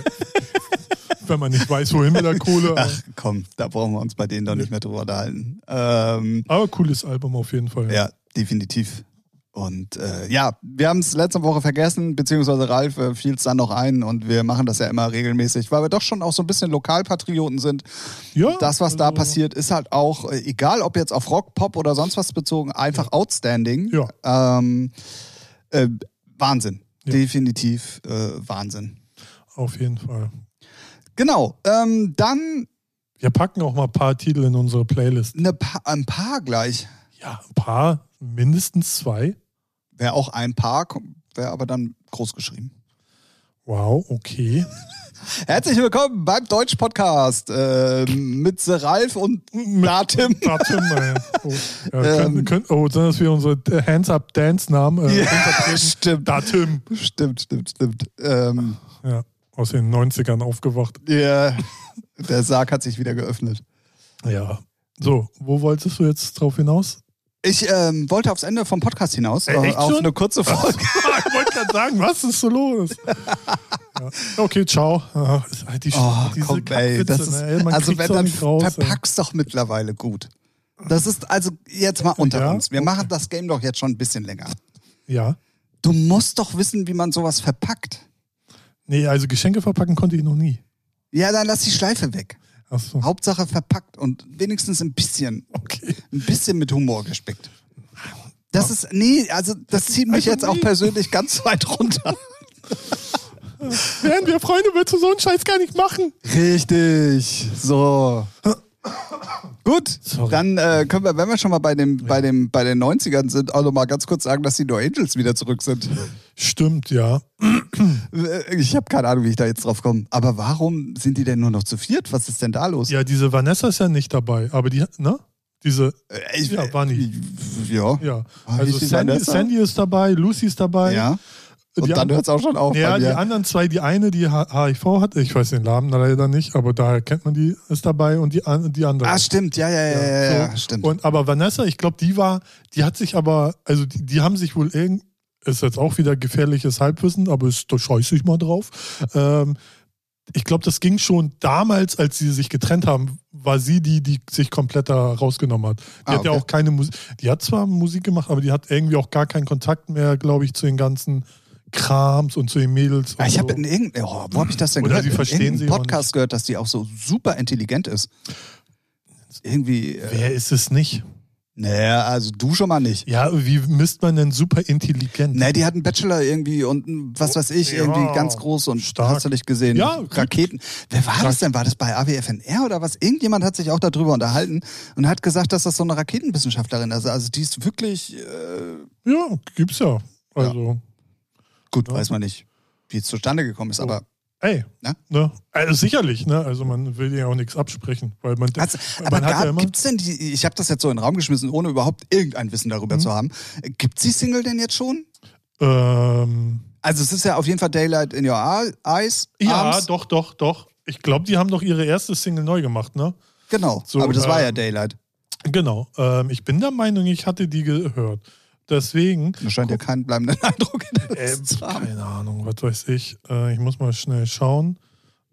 Wenn man nicht weiß, wohin mit der Kohle.
Ach komm, da brauchen wir uns bei denen doch nicht mehr drüber unterhalten. Ähm,
Aber cooles Album auf jeden Fall.
ja, definitiv. Und äh, ja, wir haben es letzte Woche vergessen, beziehungsweise Ralf äh, fiel es dann noch ein und wir machen das ja immer regelmäßig, weil wir doch schon auch so ein bisschen Lokalpatrioten sind.
Ja,
das, was da
also,
passiert, ist halt auch, äh, egal ob jetzt auf Rock, Pop oder sonst was bezogen, einfach outstanding.
Ja.
Ähm, äh, Wahnsinn.
Ja.
Definitiv äh, Wahnsinn.
Auf jeden Fall.
Genau. Ähm, dann
Wir packen auch mal ein paar Titel in unsere Playlist.
eine pa ein Paar gleich.
Ja, ein paar, mindestens zwei.
Wäre auch ein Paar, wäre aber dann groß geschrieben.
Wow,
[laughs]
okay.
Herzlich willkommen beim Deutsch-Podcast äh, mit The Ralf und
[laughs]
Natim.
Warte mal. Oh, ja,
Ähm.
können, können, oh sind das wir unsere Hands-Up-Dance-Namen? Äh, interpretieren?
stimmt.
Datum.
Stimmt, stimmt, stimmt. Ähm,
Ja, aus den 90ern aufgewacht.
ja, der Sarg hat sich wieder geöffnet.
Ja. So, wo wolltest du jetzt drauf hinaus?
Ich ähm, wollte aufs Ende vom Podcast hinaus,
Äh,
äh,
echt
auf
schon?
eine kurze Folge.
Ah, ich wollte gerade sagen, was ist so los? Ja. Okay, ciao. Ah, ist halt die,
Oh,
diese
komm, ey, das
Kackfitze,
ist,
ne? Ey, man
also
kriegt's
wenn
doch
dann
nicht raus,
verpack's doch mittlerweile gut. Das ist also jetzt mal unter
Ja?
uns. Wir machen das Game doch jetzt schon ein bisschen länger.
ey. Ja.
Du musst doch wissen, wie man sowas verpackt.
Nee, also Geschenke verpacken konnte ich noch nie.
Ja, dann lass die Schleife weg.
Achso,
Hauptsache verpackt und wenigstens ein bisschen,
okay.
ein bisschen mit Humor gespickt. Das ist, nee, also das zieht mich
Also
jetzt auch
nee.
persönlich ganz weit runter.
Wären wir Freunde, würdest du so einen Scheiß gar nicht machen.
Richtig. So. Gut,
Sorry.
dann äh, können wir, wenn wir schon mal bei, dem, bei, dem, bei den 90ern sind, auch noch mal ganz kurz sagen, dass die No Angels wieder zurück sind.
Stimmt, ja.
Äh, Ich habe keine Ahnung, wie ich da jetzt drauf komme. Aber warum sind die denn nur noch zu viert? Was ist denn da los?
Ja, diese Vanessa ist ja nicht dabei, aber die, ne? Diese,
Äh, Ich,
Ja, Bunny.
Ja.
ja.
Ah,
Also
hieß die
Sandy,
Vanessa?
Sandy ist dabei, Lucy ist dabei.
ja. Und
Die
dann
anderen-
hört es auch schon auf
Ja,
bei
die
mir.
anderen zwei, die eine, die H- HIV hat, ich weiß den Namen leider nicht, aber daher kennt man die, ist dabei und die, an- die andere.
Ah, stimmt, ja, ja, ja, ja, ja,
so.
ja stimmt.
Und aber Vanessa, ich glaube, die war, die hat sich aber, also die, die haben sich wohl irgend, ist jetzt auch wieder gefährliches Halbwissen, aber ist, da scheiße ich mal drauf. Ähm, ich glaube, das ging schon damals, als sie sich getrennt haben, war sie die, die sich komplett da rausgenommen hat.
Ah,
Die hat ja
okay.
auch keine Musik, die hat zwar Musik gemacht, aber die hat irgendwie auch gar keinen Kontakt mehr, glaube ich, zu den ganzen Krams und zu den Mädels.
Ah,
und
ich habe
so.
in irgendeinem, oh, wo habe ich das denn
Oder
gehört?
sie verstehen
in
sie
irgendeinem
auch
Podcast gehört, dass die auch so super intelligent ist. Irgendwie, äh,
Wer ist es nicht?
naja, also du schon mal nicht.
Ja, wie misst man denn super intelligent?
Ne, die hat einen Bachelor irgendwie und ein, was weiß ich,
Ja.
irgendwie ganz groß und
Stark.
hast du nicht gesehen.
Ja, gut.
Raketen. Wer war das denn? War das bei AWFNR oder was? Irgendjemand hat sich auch darüber unterhalten und hat gesagt, dass das so eine Raketenwissenschaftlerin ist. Also die ist wirklich, äh,
Ja, gibt's ja. Also,
gut,
Ja. Oh,
weiß man nicht, wie es zustande gekommen ist,
So.
aber
ey.
Na?
Ne? Also, sicherlich, ne? Also man will ja auch nichts absprechen, weil man,
Hat's, Also,
man
aber
hat ja
gab,
immer.
gibt's denn die, ich habe das jetzt so in den Raum geschmissen, ohne überhaupt irgendein Wissen darüber
Mhm.
zu haben. Gibt's die Single denn jetzt schon?
Ähm,
Also es ist ja auf jeden Fall Daylight in Your Eyes.
ja,
abends.
doch, doch, doch. Ich glaube, die haben doch ihre erste Single neu gemacht, ne?
Genau,
So,
aber das war ja
ähm,
Daylight.
Genau. Ähm, ich bin der Meinung, ich hatte die gehört. Deswegen.
Da scheint ja keinen bleibenden [laughs] Eindruck
Äh,
zu haben.
keine Ahnung, was weiß ich. Äh, ich muss mal schnell schauen.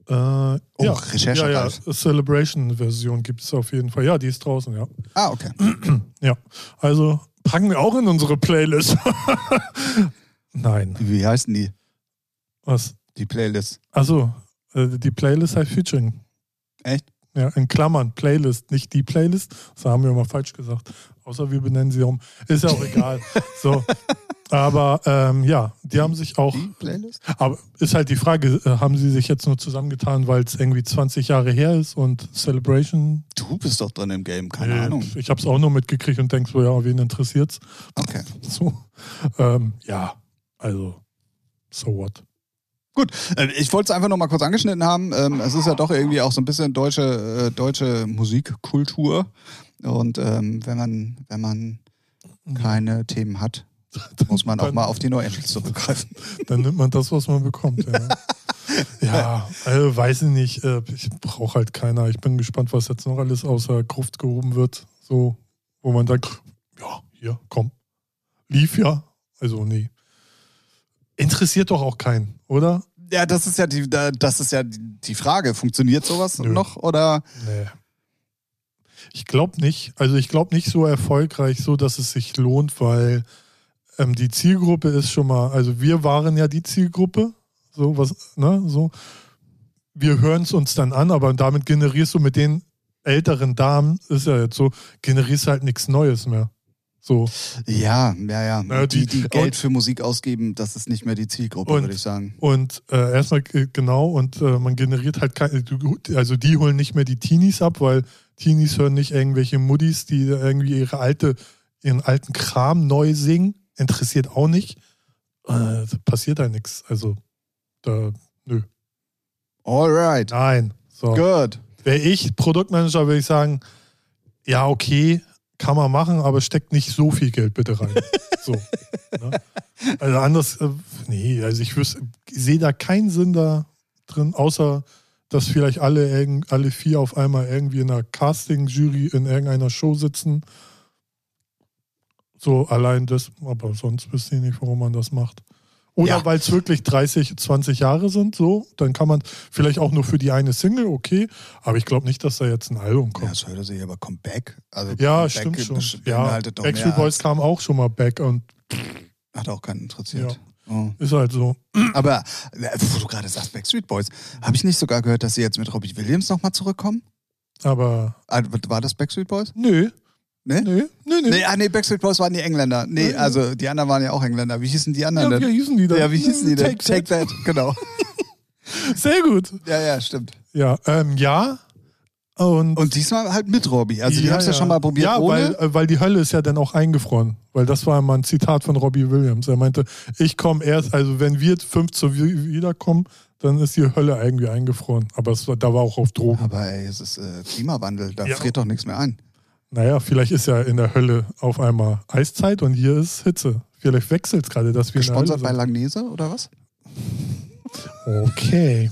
Äh, oh, ja,
Recherche,
ja, ja.
Ralf.
Celebration-Version gibt es auf jeden Fall. Ja, die ist draußen, ja.
Ah, okay.
Ja, also packen wir auch in unsere Playlist. [laughs] Nein,
Wie heißen die,
was?
die Playlist?
Achso, äh, die Playlist heißt Featuring.
Echt?
Ja, in Klammern, Playlist, nicht die Playlist. Das haben wir immer falsch gesagt. Außer wir benennen sie um. Ist ja auch
[laughs]
egal. so. Aber ähm, ja, die haben sich auch.
Die Playlist?
Aber ist halt die Frage, äh, haben sie sich jetzt nur zusammengetan, weil es irgendwie 20 Jahre her ist und Celebration.
Du bist doch drin im Game, keine
Äh,
Ahnung.
Ich hab's auch nur mitgekriegt und denk so, ja, wen interessiert's? [laughs]
Okay.
So. Ähm, ja, also, so what?
Äh, Ich wollte es einfach noch mal kurz angeschnitten haben. Ähm, Es ist ja doch irgendwie auch so ein bisschen deutsche, äh, deutsche Musikkultur. Und ähm, wenn man, wenn man keine Themen [laughs] hat, muss man auch mal auf die No Angels zurückgreifen.
Dann nimmt man das, was man bekommt. Ja, ja also, weiß ich nicht. äh, Ich brauche halt keiner. Ich bin gespannt, was jetzt noch alles außer Gruft gehoben wird. So, wo man sagt, ja, hier, komm. Lief ja. Also, nee. Interessiert doch auch keinen, oder?
Ja, das ist ja die, da- das ist ja die die Frage. Funktioniert sowas
Nö.
noch? Oder
Nee. Ich glaube nicht. Also ich glaube nicht so erfolgreich, so dass es sich lohnt, weil ähm, die Zielgruppe ist schon mal, also wir waren ja die Zielgruppe, so was, ne, so. Wir hören es uns dann an, aber damit generierst du mit den älteren Damen, ist ja jetzt so, generierst halt nichts Neues mehr. So.
ja, ja, ja.
Na,
die,
die-
die Geld für Musik ausgeben, das ist nicht mehr die Zielgruppe,
Und-
würde ich sagen.
Und äh, erstmal äh, genau, und äh, man generiert halt keine, du- also die holen nicht mehr die Teenies ab, weil Teenies hören nicht irgendwelche Muddis, die irgendwie ihre alte, ihren alten Kram neu singen. Interessiert auch nicht. Äh, da passiert da nichts. Also, da,
Alright.
nein. So.
Good.
Wäre ich Produktmanager, würde ich sagen, ja, okay, kann man machen, aber steckt nicht so viel Geld bitte rein. so. Ne? Also anders, äh, nee, also ich wüsste- ich sehe da keinen Sinn da drin, außer dass vielleicht alle, irgend- alle vier auf einmal irgendwie in einer Casting-Jury in irgendeiner Show sitzen. So allein das, aber sonst wüsste ich nicht, warum man das macht. Oder
Ja.
weil es wirklich 30, 20 Jahre sind, so, dann kann man vielleicht auch nur für die eine Single, okay, aber ich glaube nicht, dass da jetzt ein Album
Ja,
kommt.
das hörte sich aber Comeback. Also
Ja,
Comeback
stimmt schon. Ja,
beinhaltet doch
Backstreet
mehr
Boys kam auch schon mal back und
als- Hat auch keinen interessiert. Oh.
ist halt so.
Aber äh, wo du gerade sagst, Backstreet Boys, habe ich nicht sogar gehört, dass sie jetzt mit Robbie Williams nochmal zurückkommen?
Aber
Ah, War das Backstreet Boys?
nö.
Ne?
Nö, nö, nö.
Nee, ah, nee, Backstreet Boys waren die Engländer. Nee,
Nee.
also die anderen waren ja auch Engländer. Wie hießen die anderen
Ja, wie
denn?
hießen die da?
Ja, wie hießen die denn?
Take, Take that. [laughs]
genau.
Sehr gut.
Ja, ja, stimmt.
Ja, ähm, ja. Und,
Und diesmal halt mit Robbie. Also die haben es ja, schon mal probiert
Ja,
ohne.
weil, äh, weil die Hölle ist ja dann auch eingefroren. Weil das war mal ein Zitat von Robbie Williams. Er meinte, ich komme erst, also wenn wir fünf zu wi- wiederkommen, dann ist die Hölle irgendwie eingefroren. Aber es war, da war auch auf Drogen.
aber ey, es ist äh, Klimawandel, da
Ja.
friert doch nichts mehr ein.
Naja, vielleicht ist ja in der Hölle auf einmal Eiszeit und hier ist Hitze. Vielleicht wechselt es gerade, dass wir
Gesponsert
in
bei
der Hölle
Langnese oder was?
sind. Okay.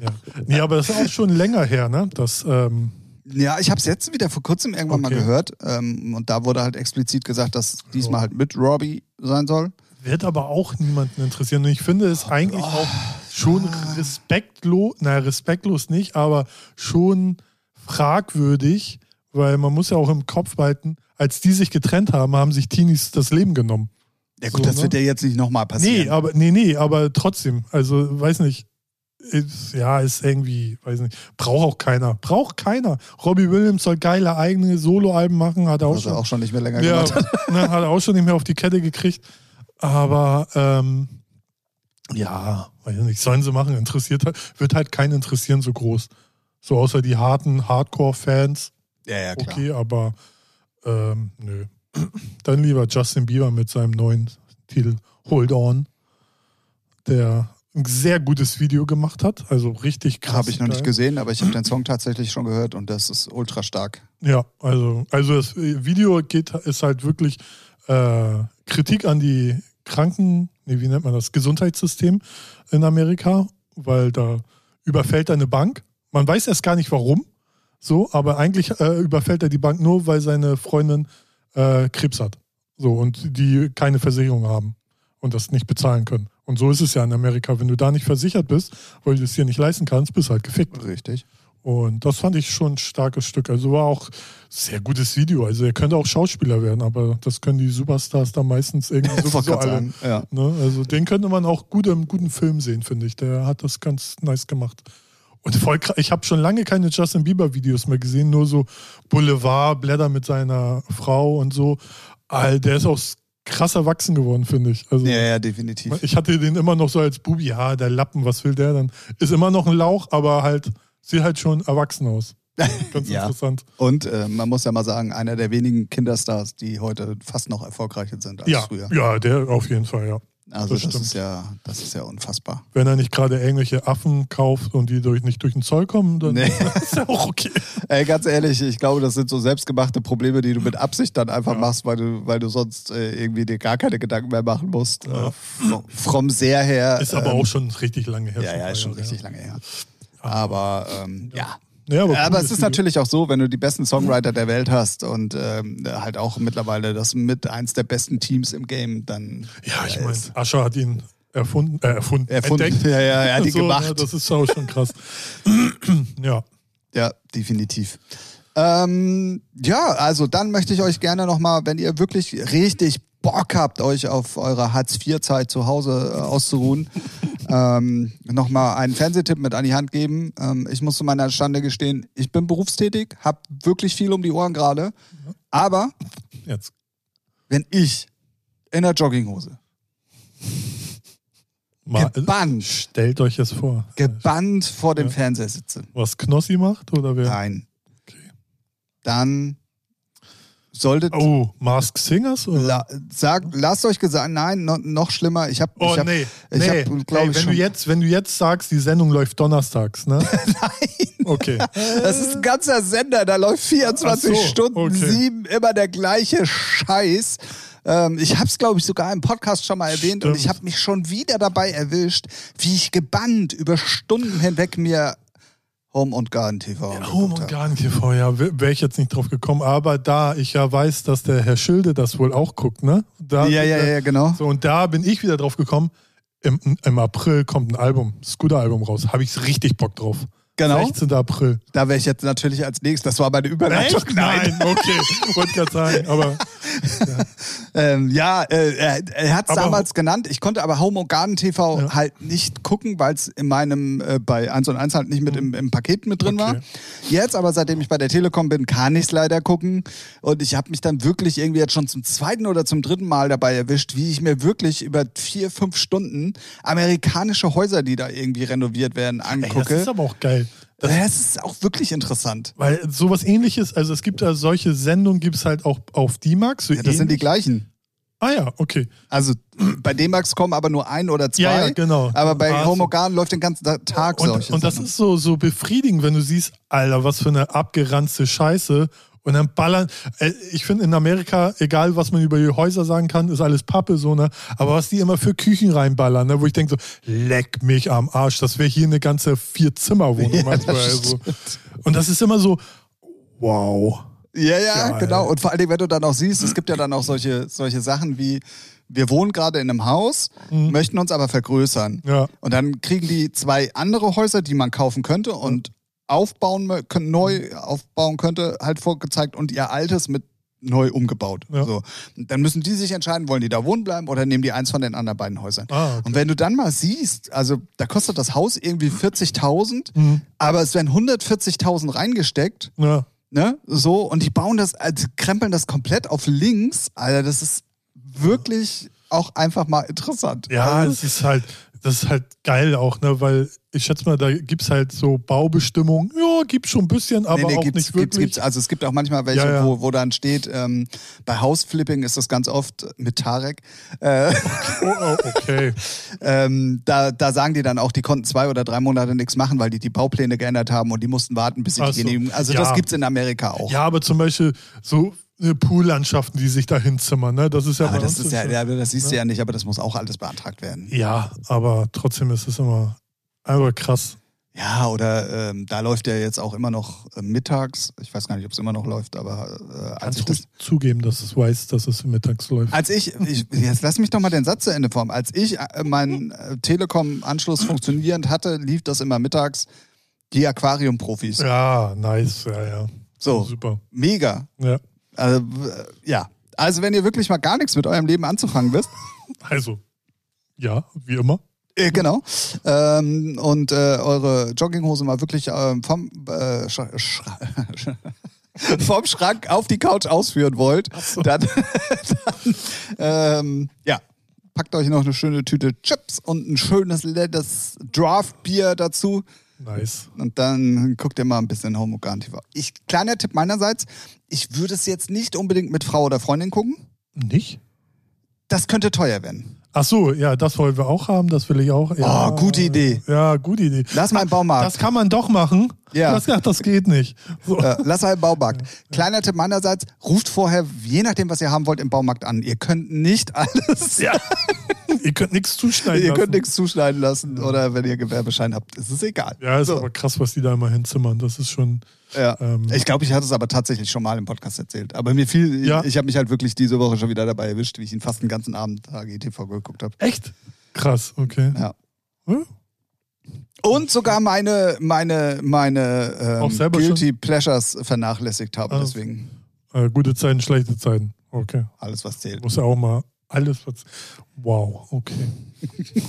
ja. Nee, aber das ist auch schon länger her, ne? Das, ähm,
Ja, ich habe es jetzt wieder vor kurzem irgendwann
Okay.
mal gehört. Ähm, und da wurde halt explizit gesagt, dass diesmal halt mit Robbie sein soll.
Wird aber auch niemanden interessieren. Und ich finde es eigentlich auch schon respektlos, na respektlos nicht, aber schon fragwürdig, weil man muss ja auch im Kopf behalten, als die sich getrennt haben, haben sich Teenies das Leben genommen.
Ja gut,
So,
das
ne?
wird ja jetzt nicht nochmal passieren.
Nee, aber nee, nee, aber trotzdem, also weiß nicht. Ist, ja, ist irgendwie, weiß nicht, braucht auch keiner. Braucht keiner. Robbie Williams soll geile eigene Soloalben machen, hat er auch
was
schon
er auch schon nicht mehr länger
ja,
gemacht hat.
[laughs] ne, hat er auch schon nicht mehr auf die Kette gekriegt. Aber ähm, ja, weiß ich nicht, sollen sie machen. Interessiert halt, wird halt keinen interessieren so groß. So außer die harten Hardcore-Fans.
Ja, ja, klar.
Okay, aber ähm, nö. [clears throat] Dann lieber Justin Bieber mit seinem neuen Titel Hold On, der ein sehr gutes Video gemacht hat. Also richtig krass.
Habe ich noch nicht
geil.
gesehen, aber ich habe den Song tatsächlich schon gehört und das ist ultra stark.
Ja, also, also das Video geht, ist halt wirklich äh, Kritik an die Kranken, nee, wie nennt man das, Gesundheitssystem in Amerika, weil da überfällt eine Bank. Man weiß erst gar nicht warum, so, aber eigentlich äh, überfällt er die Bank nur, weil seine Freundin äh, Krebs hat. So, und die keine Versicherung haben und das nicht bezahlen können. Und so ist es ja in Amerika. Wenn du da nicht versichert bist, weil du es hier nicht leisten kannst, bist halt gefickt.
Richtig.
Und das fand ich schon ein starkes Stück. Also war auch sehr gutes Video. Also er könnte auch Schauspieler werden, aber das können die Superstars da meistens irgendwie
Ich wollte
sowieso
gerade
alle.
sagen. Ja.
Ne? Also den könnte man auch gut im guten Film sehen, finde ich. Der hat das ganz nice gemacht. Und voll krass. Ich habe schon lange keine Justin Bieber Videos mehr gesehen, nur so Boulevard, Blätter mit seiner Frau und so. All, der ist auch krass erwachsen geworden, finde ich. Also
ja, ja, definitiv.
ich hatte den immer noch so als Bubi, ja, der Lappen, was will der dann? Ist immer noch ein Lauch, aber halt, sieht halt schon
[laughs]
erwachsen aus. Ganz
Ja.
interessant.
Und äh, man muss ja mal sagen, einer der wenigen Kinderstars, die heute fast noch erfolgreicher sind als
Ja,
früher.
ja, der auf jeden Fall, ja.
Also
das
das,
stimmt.
ist ja, das ist ja unfassbar.
Wenn er nicht gerade irgendwelche Affen kauft und die durch, nicht durch den Zoll kommen, dann
Nee.
[laughs] ist ja auch okay.
Ey, ganz ehrlich, ich glaube, das sind so selbstgemachte Probleme, die du mit Absicht dann einfach
Ja.
machst, weil du, weil du sonst äh, irgendwie dir gar keine Gedanken mehr machen musst.
Ja.
Äh, fro- from sehr her.
Ist aber
ähm,
auch schon richtig lange her.
Ja, ja, ist schon richtig lange her. Aber ähm, ja.
Ja, Ja, aber,
Aber
cooles
es ist
Video.
natürlich auch so, wenn du die besten Songwriter der Welt hast und ähm, halt auch mittlerweile das mit eins der besten Teams im Game, dann
Ja, ich
äh,
meine,
ist
Ascher hat ihn erfunden, äh, erfunden,
erfunden. [laughs]
entdeckt.
Ja, ja, er hat die
So, ne,
gemacht.
das ist auch schon krass. [clears throat] ja.
Ja, definitiv. Ähm, ja, also dann möchte ich euch gerne nochmal, wenn ihr wirklich richtig Bock habt, euch auf eure Hartz-IV-Zeit zu Hause äh,
[laughs]
auszuruhen, ähm, nochmal einen Fernsehtipp mit an die Hand geben. Ähm, ich muss zu meiner Stande gestehen, ich bin berufstätig, hab wirklich viel um die Ohren gerade, aber
Jetzt.
wenn ich in der Jogginghose
Mal,
gebannt,
stellt euch das vor.
gebannt vor dem
Ja.
Fernseher sitze,
was Knossi macht oder wer?
nein,
Okay.
dann solltet
Oh, Mask Singers oder?
La sag, lasst euch gesagt, nein, no, noch schlimmer. Ich habe,
Oh
ich hab,
nee,
ich
nee.
hab, glaub
Ey,
ich,
wenn du
schon-
jetzt, wenn du jetzt sagst, die Sendung läuft
[laughs]
donnerstags, ne? Nein. Okay.
das ist ein ganzer Sender, da läuft 24
Ach so,
Stunden,
okay.
sieben, immer der gleiche Scheiß. Ähm, ich habe es, glaube ich, sogar im Podcast schon mal erwähnt und
Stimmt.
ich habe mich schon wieder dabei erwischt, wie ich gebannt über Stunden hinweg mir Home und Garden TV angeguckt
Home und
hab.
Garden TV, ja, wäre ich jetzt nicht drauf gekommen, aber da ich ja weiß, dass der Herr Schilde das wohl auch guckt, ne? Da,
Ja, ja, ja, genau.
So, und da bin ich wieder drauf gekommen. Im, Im April kommt ein Album, Scooter-Album raus. Habe ich richtig Bock drauf.
Genau.
16. April.
Da wäre ich jetzt natürlich als nächstes. Das war meine Überleitung.
Echt? Nein, okay. Wollte gerade
[laughs]
sagen, aber
Ähm, ja, äh, er, er hat es
Aber-
damals genannt. Ich konnte aber Home und Garden TV
Ja.
halt nicht gucken, weil es in meinem, äh, bei 1 und 1 halt nicht mit im, im Paket mit drin war.
Okay.
Jetzt aber, seitdem ich bei der Telekom bin, kann ich es leider gucken. Und ich habe mich dann wirklich irgendwie jetzt schon zum zweiten oder zum dritten Mal dabei erwischt, wie ich mir wirklich über vier, fünf Stunden amerikanische Häuser, die da irgendwie renoviert werden,
ey, das
angucke.
ist aber auch geil.
das, ist auch wirklich interessant.
Weil sowas ähnliches, also es gibt ja solche Sendungen, gibt es halt auch auf D-Max. So
Ja, das sind die
ähnlich.
gleichen.
Ah ja, okay.
Also bei D-Max kommen aber nur ein oder zwei.
Ja, ja, genau.
Aber bei
Ah,
ah,
so.
Homogan läuft den ganzen Ta- Tag
Und,
solche
und das
Sachen.
ist so, so befriedigend, wenn du siehst, Alter, was für eine abgeranzte Scheiße. Und dann ballern. äh, Ich finde in Amerika, egal was man über die Häuser sagen kann, ist alles Pappe so, ne? Aber was die immer für Küchen reinballern, ne? wo ich denke so, leck mich am Arsch, das wäre hier eine ganze Vier-Zimmer-Wohnung
Ja,
manchmal.
das
Also. Und das ist immer so, wow.
Ja, ja,
Geil.
genau. Und vor allen Dingen, wenn du dann auch siehst, es gibt ja dann auch solche, solche Sachen wie, wir wohnen gerade in einem Haus,
Mhm.
möchten uns aber vergrößern.
Ja.
Und dann kriegen die zwei andere Häuser, die man kaufen könnte und aufbauen, mö- kö- neu aufbauen könnte, halt vorgezeigt und ihr altes mit neu umgebaut.
Ja.
So. Und dann müssen die sich entscheiden, wollen die da wohnen bleiben oder nehmen die eins von den anderen beiden Häusern.
Ah, okay.
Und wenn du dann mal siehst, also da kostet das Haus irgendwie 40.000,
Mhm.
aber es werden 140.000 reingesteckt
Ja.
ne? So, und die bauen das, also krempeln das komplett auf links. Alter, das ist wirklich auch einfach mal interessant.
Ja,
also,
es ist halt, das ist halt geil auch, ne? Weil ich schätze mal, da gibt es halt so Baubestimmungen, ja, gibt schon ein bisschen, aber auch
gibt's,
nicht
gibt's,
wirklich.
gibt's, also es gibt auch manchmal welche,
Ja, ja.
Wo, wo dann steht, ähm, bei Houseflipping ist das ganz oft mit Tarek, äh,
Oh, oh,
[laughs]
okay.
ähm, da, da sagen die dann auch, die konnten zwei oder drei Monate nichts machen, weil die die Baupläne geändert haben und die mussten warten, bis sie
Ach
die
so.
Genehmigung. Also
Ja.
das gibt's in Amerika auch.
Ja, aber zum Beispiel so äh, Poollandschaften, die sich da hinzimmern, ne? Das ist ja ne?
aber
bei
das
uns
ist ja,
schon-
ja, das siehst du ja nicht, aber das muss auch alles beantragt werden.
Ja, aber trotzdem ist es immer, aber krass.
Ja, oder ähm, da läuft ja jetzt auch immer noch äh, mittags. Ich weiß gar nicht, ob es immer noch läuft, aber äh, als
Kannst
ich
du
das.
ruhig zugeben, dass es weiß, dass es mittags läuft.
Als ich, ich, jetzt lass mich doch mal den Satz zu Ende formen. Als ich äh,
Hm.
meinen äh, Telekom-Anschluss funktionierend hatte, lief das immer mittags. Die Aquariumprofis.
Ja, nice, ja, ja.
Also so,
Super.
mega.
Ja.
Also, äh, ja. Also, wenn ihr wirklich mal gar nichts mit eurem Leben anzufangen wisst,
Also, ja, wie immer.
Äh, genau. Ähm, und äh, eure Jogginghose mal wirklich ähm, vom, äh, Schra- Schra- [laughs] vom Schrank auf die Couch ausführen wollt, dann, [laughs] dann ähm, ja, packt euch noch eine schöne Tüte Chips und ein schönes lettes Draftbier dazu.
Nice.
Und dann guckt ihr mal ein bisschen Homogan TV. Ich, kleiner Tipp meinerseits, ich würde es jetzt nicht unbedingt mit Frau oder Freundin gucken.
Nicht?
Das könnte teuer werden.
Ach so, ja, das wollen wir auch haben, das will ich auch. Ja,
Oh, gute Idee.
Ja, gute Idee.
Lass mal im Baumarkt.
Das kann man doch machen.
Ja.
Das, ach, das geht nicht. So.
Äh, lass halt Baumarkt. Kleiner Tipp meinerseits, ruft vorher, je nachdem, was ihr haben wollt, im Baumarkt an. Ihr könnt nicht alles,
Ja. [laughs] Ihr könnt nichts zuschneiden.
ihr könnt
lassen.
nichts zuschneiden lassen oder wenn ihr Gewerbeschein habt, ist es egal.
Ja, ist
So,
aber krass, was die da immer hinzimmern. Das ist schon.
ja.
ähm,
ich glaube, ich hatte es aber tatsächlich schon mal im Podcast erzählt. Aber mir fiel,
Ja.
ich, ich habe mich halt wirklich diese Woche schon wieder dabei erwischt, wie ich ihn fast den ganzen Abend HGTV geguckt habe.
Echt? Krass, okay.
Ja.
Hm?
Und sogar meine, meine, meine
Oh.
ähm,
Auch selber
Guilty Pleasures vernachlässigt habe.
Ah.
Deswegen
Äh, gute Zeiten, schlechte Zeiten. Okay.
alles, was zählt.
Muss ja auch mal alles. Was... Wow, okay.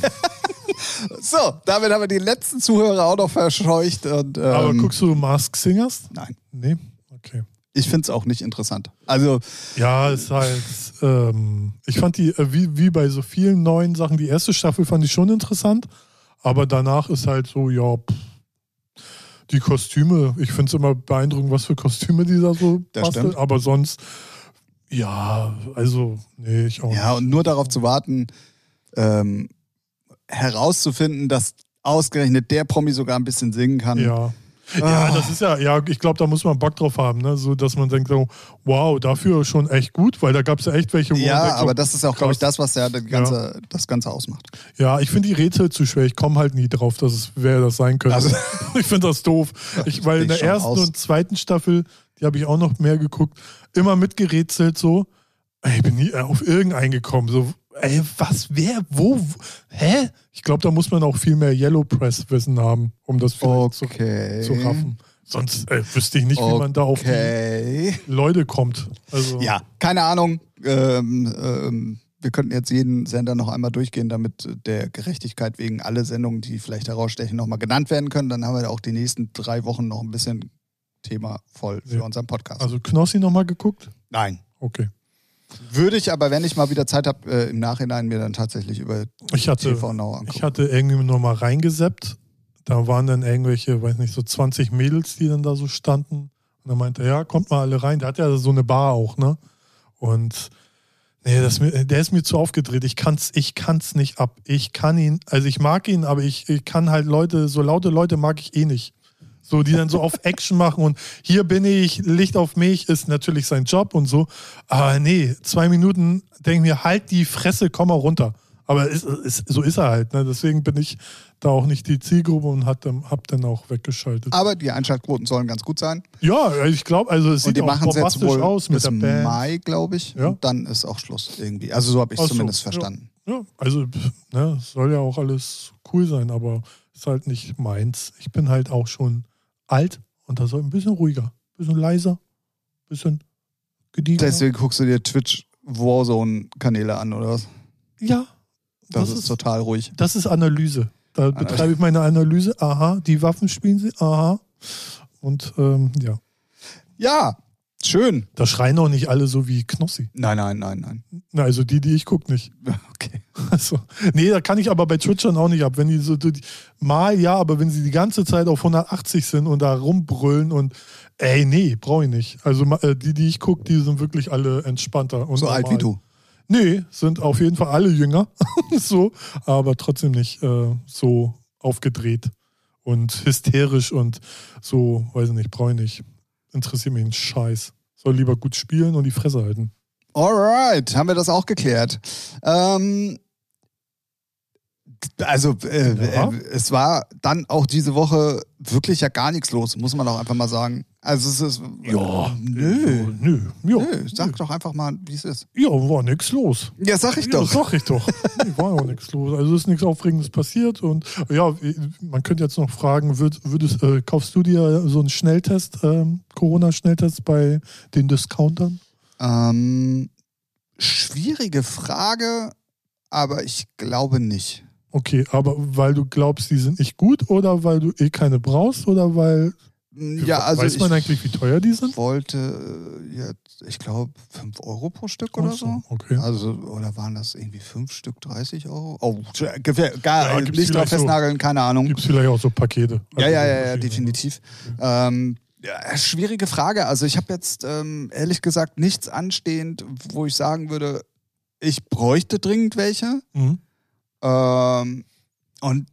Oh.
So, damit haben wir die letzten Zuhörer auch noch verscheucht. Und, ähm,
Aber guckst du Mask Singers?
Nein.
Nee? Okay.
Ich finde es auch nicht interessant. Also,
Ja, ist halt. Ähm, ich fand die, äh, wie, wie bei so vielen neuen Sachen, die erste Staffel fand ich schon interessant, aber danach ist halt so, ja, pff, die Kostüme, ich finde es immer beeindruckend, was für Kostüme die da so
Das
basteln,
stimmt.
aber sonst, ja, also, nee, ich auch
ja,
nicht.
und nur darauf zu warten, ähm, herauszufinden, dass ausgerechnet der Promi sogar ein bisschen singen kann.
Ja. Ja,
Ah.
das ist ja, ja, ich glaube, da muss man Bock drauf haben, ne? so dass man denkt, so, wow, dafür schon echt gut, weil da gab es ja echt welche, wo man
Ja,
denkt so,
aber das ist auch, glaube ich,
krass.
das, was ja, das ganze, das Ganze ausmacht.
Ja, ich finde die Rätsel zu schwer. Ich komme halt nie drauf, dass es wer das sein könnte.
Also-
[laughs] ich finde das doof. Ich, weil in
Bin
der
ich schon
ersten
raus.
und zweiten Staffel, die habe ich auch noch mehr geguckt, immer mitgerätselt so. Ey, Ich bin nie auf irgendeinen gekommen. So, ey, was, wer, wo, wo hä? Ich glaube, da muss man auch viel mehr Yellow Press Wissen haben, um das vielleicht
Okay.
zu, zu raffen. Sonst äh, wüsste ich nicht, wie man da auf die
Okay.
Leute kommt. Also,
Ja, keine Ahnung. Ähm, ähm, wir könnten jetzt jeden Sender noch einmal durchgehen, damit der Gerechtigkeit wegen alle Sendungen, die vielleicht herausstechen, nochmal genannt werden können. Dann haben wir auch die nächsten drei Wochen noch ein bisschen Thema voll für
Ja.
unseren Podcast.
also Knossi nochmal geguckt?
Nein.
Okay.
Würde ich aber, wenn ich mal wieder Zeit habe, äh, im Nachhinein mir dann tatsächlich über
Ich hatte.
TV Now angucken.
Also, Ich hatte irgendwie noch mal reingeseppt. Da waren dann irgendwelche, weiß nicht, so 20 Mädels, die dann da so standen. Und dann meinte er, ja, kommt mal alle rein. Der hat ja so eine Bar auch, ne? Und nee, das, ist mir- der ist mir zu aufgedreht. Ich kann's, ich kann's nicht ab. Ich kann ihn, also ich mag ihn, aber ich, ich kann halt Leute, so laute Leute mag ich eh nicht. So, die dann so auf Action machen und hier bin ich, Licht auf mich, ist natürlich sein Job und so. Aber nee, zwei Minuten denke mir, halt die Fresse, komm mal runter. Aber ist, ist, so ist er halt. Ne? Deswegen bin ich da auch nicht die Zielgruppe und hat, dann- hab dann auch weggeschaltet.
Aber die Einschaltquoten sollen ganz gut sein.
ja, ich glaube, also es
Und
sieht
die
auch
machen es jetzt
bombastisch
wohl
aus mit
bis
der Band.
Mai, glaube ich.
Ja.
Und dann ist auch Schluss irgendwie. Also so habe ich
Ach
es
so,
zumindest
ja.
verstanden.
Ja, also [laughs] pff, ne, soll ja auch alles cool sein, aber ist halt nicht meins. Ich bin halt auch schon alt und da soll ein bisschen ruhiger, ein bisschen leiser, ein bisschen gediegener.
Deswegen guckst du dir Twitch Warzone-Kanäle an, oder was?
ja,
Das, ist, total ruhig.
das ist Analyse. Da
Analyse.
betreibe ich meine Analyse. Aha, die Waffen spielen sie. Aha. Und ähm, ja,
Ja, schön.
da schreien auch nicht alle so wie Knossi.
Nein, nein, nein, nein.
Na, also die, die ich gucke, nicht.
[laughs] Okay.
Also, nee, da kann ich aber bei Twitchern auch nicht ab. Wenn die so die, mal ja, aber wenn sie die ganze Zeit auf 180 sind und da rumbrüllen und ey, nee, brauche ich nicht. Also ma- äh, die, die ich gucke, die sind wirklich alle entspannter. Und
So alt wie
normal.
du.
Nee, sind auf jeden Fall alle jünger. [laughs] so, aber trotzdem nicht äh, so aufgedreht und hysterisch und so, weiß ich nicht, brauche ich nicht. Interessiert mich ein Scheiß. Soll lieber gut spielen und die Fresse halten.
Alright, haben wir das auch geklärt. Ähm, also, äh,
Ja.
äh, es war dann auch diese Woche wirklich ja gar nichts los, muss man auch einfach mal sagen. Also, es ist. Nö.
Nö. äh, Ja,
Nö, sag doch einfach mal, wie es ist.
ja war nix los.
Ja, sag ich doch.
Ja, sag ich doch. Nee, war auch nichts los. Also ist nichts Aufregendes passiert. Und ja, man könnte jetzt noch fragen, würd, würdest, äh, kaufst du dir so einen Schnelltest, ähm, Corona-Schnelltest bei den Discountern?
Ähm, schwierige Frage, aber ich glaube nicht.
Okay, aber weil du glaubst, die sind nicht gut oder weil du eh keine brauchst oder weil
Ja, also
weiß man
ich
eigentlich, wie teuer die sind?
wollte äh, jetzt, ich glaube, 5 Euro pro Stück oder
Ach
so.
Okay.
Also, oder waren das irgendwie 5 Stück 30 Euro? Oh, tja, gefähr- gar
Ja,
äh,
gibt's
nicht drauf
vielleicht so.
festnageln, keine Ahnung.
Gibt es vielleicht auch so Pakete?
Ja, ja,
Also
ja,
so ne?
ja,
Maschinen,
definitiv. Ähm, ja, schwierige Frage. Also ich habe jetzt ähm, ehrlich gesagt nichts anstehend, wo ich sagen würde, ich bräuchte dringend welche.
ne? Mhm.
Ähm, und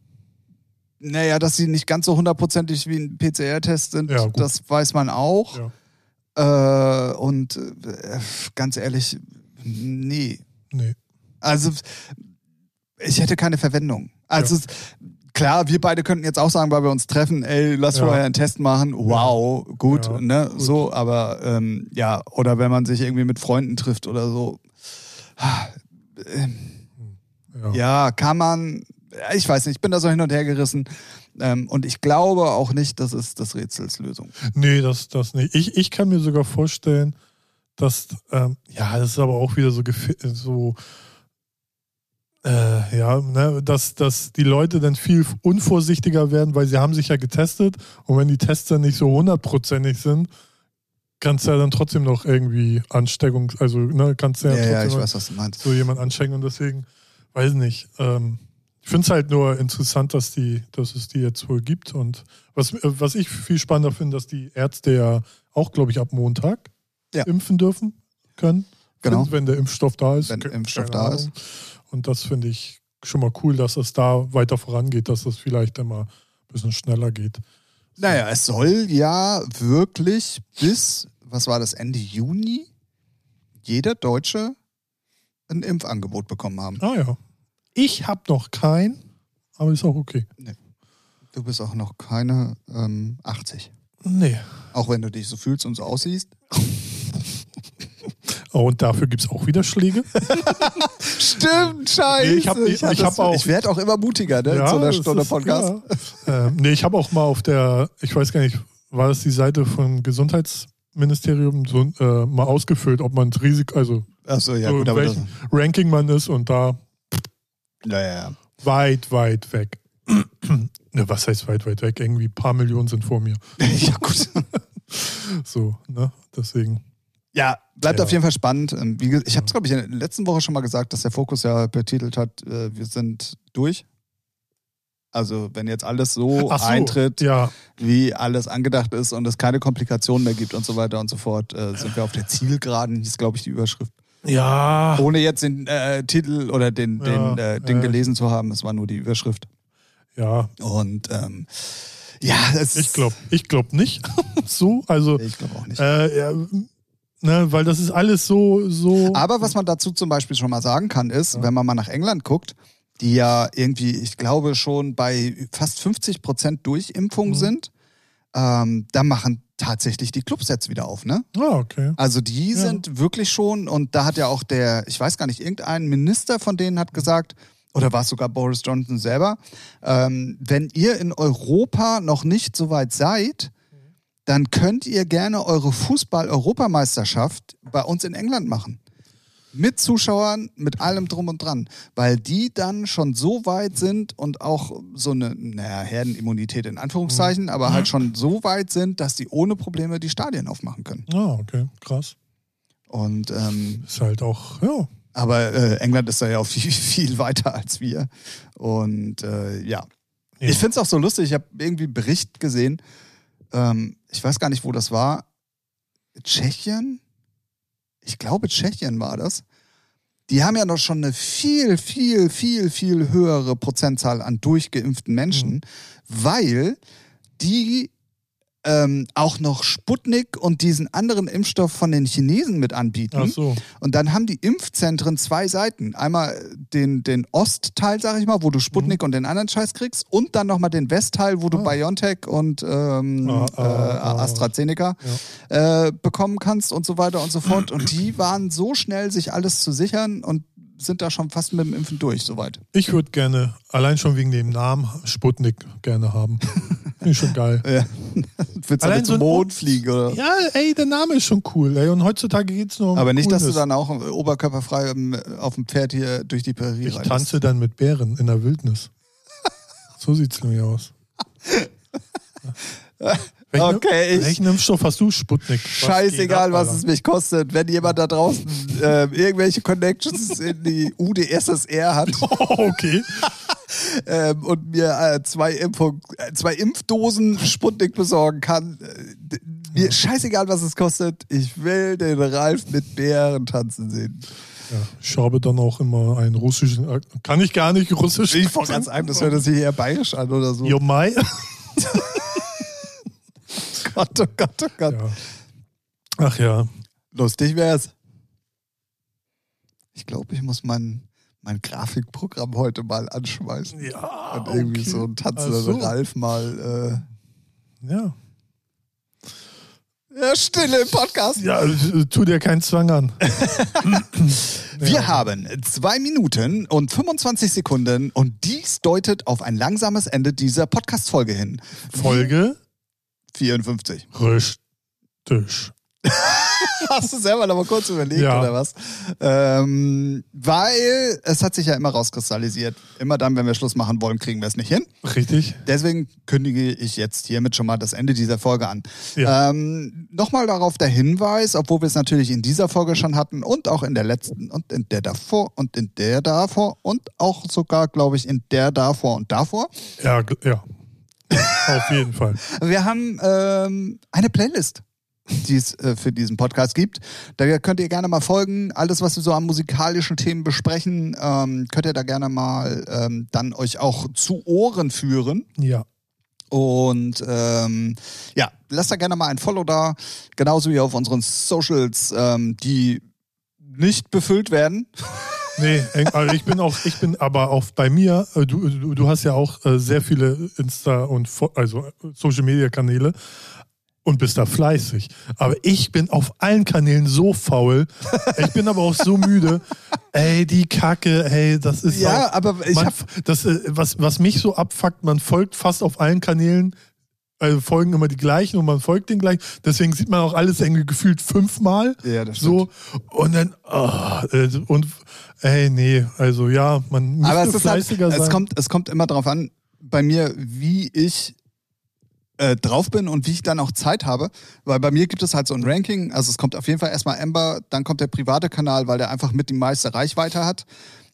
naja, dass sie nicht ganz so hundertprozentig wie ein PCR-Test sind,
Ja, gut.
das weiß man auch. Äh, und äh, ganz ehrlich, nee.
Nee.
Also ich hätte keine Verwendung. Also es- klar, wir beide könnten jetzt auch sagen, weil wir uns treffen, ey, lass
Ja.
vorher einen Test machen. Wow, gut,
Ja,
ne?
gut.
So, aber ähm, ja, oder wenn man sich irgendwie mit Freunden trifft oder so.
Ja.
Ja, kann man. Ich weiß nicht, ich bin da so hin und her gerissen. Ähm, und ich glaube auch nicht, das ist das Rätsels Lösung.
Nee, das, das nicht. Ich, ich kann mir sogar vorstellen, dass, ähm, ja, das ist aber auch wieder so, gefä- so äh, ja, ne, dass, dass die Leute dann viel unvorsichtiger werden, weil sie haben sich ja getestet und wenn die Tests dann nicht so hundertprozentig sind, kannst du ja dann trotzdem noch irgendwie Ansteckung, also ne, kannst du ja,
Ja, ja,
trotzdem
ich
noch
weiß, was du meinst.
so jemand anschenken und deswegen, weiß nicht. Ähm, ich finde es halt nur interessant, dass, die, dass es die jetzt wohl gibt. Und was, äh, was ich viel spannender finde, dass die Ärzte ja auch, glaube ich, ab Montag
Ja.
impfen dürfen können.
Genau.
Wenn der Impfstoff da ist.
Wenn
Ke-
Impfstoff
keine
da ist.
Ahnung. Und das finde ich schon mal cool, dass es da weiter vorangeht, dass das vielleicht dann mal ein bisschen schneller geht.
Naja, es soll ja wirklich bis, was war das, Ende Juni, jeder Deutsche ein Impfangebot bekommen haben.
Ah ja. Ich habe noch kein, aber ist auch okay.
Du bist auch noch keine ähm, 80.
Nee.
Auch wenn du dich so fühlst und so aussiehst.
Oh, und dafür gibt es auch wieder Schläge.
Stimmt, scheiße.
Nee, ich hab- ich- ich hab auch-
ich werde auch immer mutiger, ne? zu einer
das
Stunde
ist-
Podcast.
Ja. Ähm, nee, ich habe auch mal auf der, ich weiß gar nicht, war das die Seite vom Gesundheitsministerium so, äh, mal ausgefüllt, ob man das Risiko, also
Achso, ja,
so
gut,
in
aber das,
welchem Ranking man ist und da
naja. [laughs]
weit, weit weg. [clears throat] ne, was heißt weit, weit weg? Irgendwie ein paar Millionen sind vor mir.
ja, gut.
So, ne? Deswegen.
Ja, bleibt
Ja.
auf jeden Fall spannend. Ähm, Wie, ge- ich habe es, glaube ich, in der letzten Woche schon mal gesagt, dass der Fokus ja betitelt hat, äh, wir sind durch. Also wenn jetzt alles so,
Ach so,
eintritt,
Ja,
wie alles angedacht ist und es keine Komplikationen mehr gibt und so weiter und so fort, äh, sind wir auf der Zielgeraden, hieß, glaube ich, die Überschrift.
ja.
Ohne jetzt den äh, Titel oder den,
Ja,
den äh, Ding
äh.
gelesen zu haben, es war nur die Überschrift.
Ja,
Und ähm, Ja, das
Ich glaube ich glaub nicht. [laughs] so, also,
Ich glaube auch nicht.
äh, ja, ne, weil das ist alles so. so
Aber was man dazu zum Beispiel schon mal sagen kann, ist, wenn man mal nach England guckt, die ja irgendwie, ich glaube, schon bei fast 50 Prozent Durchimpfung
Mhm.
sind, ähm, da machen tatsächlich die Clubs jetzt wieder auf, ne?
ah, okay.
Also die
Ja.
sind wirklich schon, und da hat ja auch der, ich weiß gar nicht, irgendein Minister von denen hat gesagt, oder war es sogar Boris Johnson selber, ähm, wenn ihr in Europa noch nicht so weit seid, dann könnt ihr gerne eure Fußball-Europameisterschaft bei uns in England machen. Mit Zuschauern, mit allem drum und dran. Weil die dann schon so weit sind und auch so eine, naja, Herdenimmunität in Anführungszeichen, aber halt schon so weit sind, dass die ohne Probleme die Stadien aufmachen können.
Ah, okay, krass.
Und ähm,
Ist halt auch, ja.
aber äh, England ist da ja auch [laughs] viel, viel weiter als wir. Und äh, ja.
Ja.
Ich finde es auch so lustig, ich habe irgendwie einen Bericht gesehen, ähm, ich weiß gar nicht, wo das war. Tschechien? Ich glaube, Tschechien war das. Die haben ja noch schon eine viel, viel, viel, viel höhere Prozentzahl an durchgeimpften Menschen,
Mhm.
weil die ähm, auch noch Sputnik und diesen anderen Impfstoff von den Chinesen mit anbieten.
Ach so.
Und dann haben die Impfzentren zwei Seiten. Einmal den, den Ostteil, sag ich mal, wo du Sputnik und den anderen Scheiß kriegst. Und dann nochmal den Westteil, wo du
Mhm. Ah.
BioNTech und ähm,
Ah,
äh,
ah, ah.
AstraZeneca äh, bekommen kannst und so weiter und so fort. Und die waren so schnell, sich alles zu sichern und sind da schon fast mit dem Impfen durch, soweit.
Ich würde gerne, allein schon wegen dem Namen, Sputnik
[laughs]
gerne haben. Finde ich schon geil.
Ja. Willst du
Allein
mit zum
so ein
Mond
Ort-
fliegen oder?
Ja, ey, der Name ist schon cool. Ey. Und heutzutage geht es nur um
Aber nicht, dass du
Coolness.
dann auch äh, oberkörperfrei ähm, auf dem Pferd hier durch die Prärie
Ich
reitest.
tanze dann mit Bären in der
[laughs]
Wildnis. So sieht es nämlich aus. Welchen,
Okay, ich-
Welchen Impfstoff hast du, Sputnik? Was
Scheißegal,
geht ab,
was
Alter?
es mich kostet. Wenn jemand da draußen äh, irgendwelche Connections in die UdSSR [laughs] hat
Oh, okay.
ähm, und mir äh, zwei, Impfung, äh, zwei Impfdosen Sputnik besorgen kann, äh, d- mir scheißegal, was es kostet. Ich will den Ralf mit Bären tanzen sehen.
Ja, ich habe dann auch immer einen russischen. Ak- Kann ich gar nicht russisch.
Ich wollte ganz einem, das hört sich eher bayerisch an oder so.
Jo
[laughs]
Mai.
Gott, oh Gott, oh Gott.
Ja. Ach ja.
Lustig wär's. Ich glaube, ich muss mein, mein Grafikprogramm heute mal anschmeißen.
Ja.
Und irgendwie Ah, so ein tanzender
Ah, Ach so.
Ralf mal.
Ja.
Äh, ja, stille im Podcast.
Ja, äh, tu dir keinen Zwang
[laughs]
an.
Wir haben zwei Minuten und 25 Sekunden und dies deutet auf ein langsames Ende dieser Podcast-Folge hin.
Folge
54.
richtig.
[laughs] Hast du selber noch mal kurz überlegt
Ja.
oder was? Ähm, weil es hat sich ja immer rauskristallisiert. Immer dann, wenn wir Schluss machen wollen, kriegen wir es nicht hin.
Richtig?
Deswegen kündige ich jetzt hiermit schon mal das Ende dieser Folge an.
Ja.
Ähm, Nochmal darauf der Hinweis, obwohl wir es natürlich in dieser Folge schon hatten und auch in der letzten und in der davor und in der davor und auch sogar, glaube ich, in der davor und davor.
Ja, gl- ja. Auf jeden Fall.
Wir haben ähm, eine Playlist, die es äh, für diesen Podcast gibt. Da könnt ihr gerne mal folgen. Alles, was wir so an musikalischen Themen besprechen, ähm, könnt ihr da gerne mal ähm, dann euch auch zu Ohren führen.
Ja.
Und ähm, ja, lasst da gerne mal ein Follow da, genauso wie auf unseren Socials, ähm, die nicht befüllt werden.
Nee, eng- also ich bin auch, ich bin aber auch bei mir, äh, du, du, du hast ja auch äh, sehr viele Insta- und Fo- also Social Media Kanäle und bist da fleißig. Aber ich bin auf allen Kanälen so faul. Ich bin aber auch so müde. Ey, die Kacke, ey, das ist auch,
Ja, aber ich
man,
hab,
das, äh, was, was mich so abfuckt, man folgt fast auf allen Kanälen, äh, folgen immer die gleichen und man folgt den gleichen. Deswegen sieht man auch alles irgendwie gefühlt fünfmal.
Ja, das
So, und dann, ah, äh, und, ey, nee, also ja, man müsste
aber es, ist halt,
fleißiger sein.
es, kommt, es kommt immer drauf an, bei mir, wie ich äh, drauf bin und wie ich dann auch Zeit habe. Weil bei mir gibt es halt so ein Ranking. Also es kommt auf jeden Fall erstmal Ember, dann kommt der private Kanal, weil der einfach mit die meiste Reichweite hat.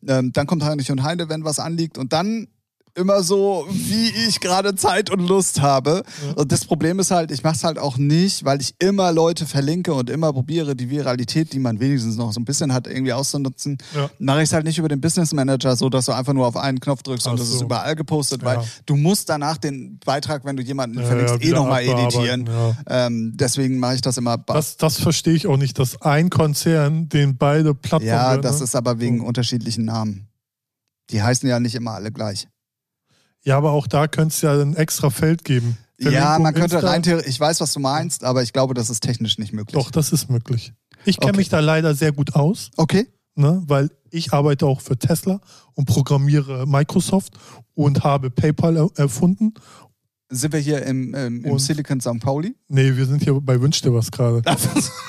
Ähm, dann kommt Heinrich und Heide, wenn was anliegt. Und dann immer so, wie ich gerade Zeit und Lust habe. Und das Problem ist halt, ich mache es halt auch nicht, weil ich immer Leute verlinke und immer probiere, die Viralität, die man wenigstens noch so ein bisschen hat, irgendwie auszunutzen.
Ja.
Mache ich es halt nicht über den Business Manager, so dass du einfach nur auf einen Knopf drückst
Ach
und das ist
so.
überall gepostet, weil
Ja.
du musst danach den Beitrag, wenn du jemanden
Ja,
verlinkst,
ja,
eh
Äh, wieder
nochmal
abarbeiten,
editieren.
ja.
Ähm, deswegen mache ich das immer. bei-
Das, das verstehe ich auch nicht, dass ein Konzern, den beide Plattformen.
ja, das
ne?
ist aber wegen unterschiedlichen Namen. Die heißen ja nicht immer alle gleich.
ja, aber auch da könnte es ja ein extra Feld geben.
Ja,
Verlinkung
man könnte
Insta-
rein theoretisch, ich weiß, was du meinst, aber ich glaube, das ist technisch nicht möglich.
Doch, das ist möglich. Ich kenne
Okay.
mich da leider sehr gut aus,
Okay.
ne, weil ich arbeite auch für Tesla und programmiere Microsoft und habe PayPal er- erfunden.
Sind wir hier im, ähm, im
Und-
Silicon St. Pauli?
Nee, wir sind hier bei Wünsch dir was gerade. [laughs]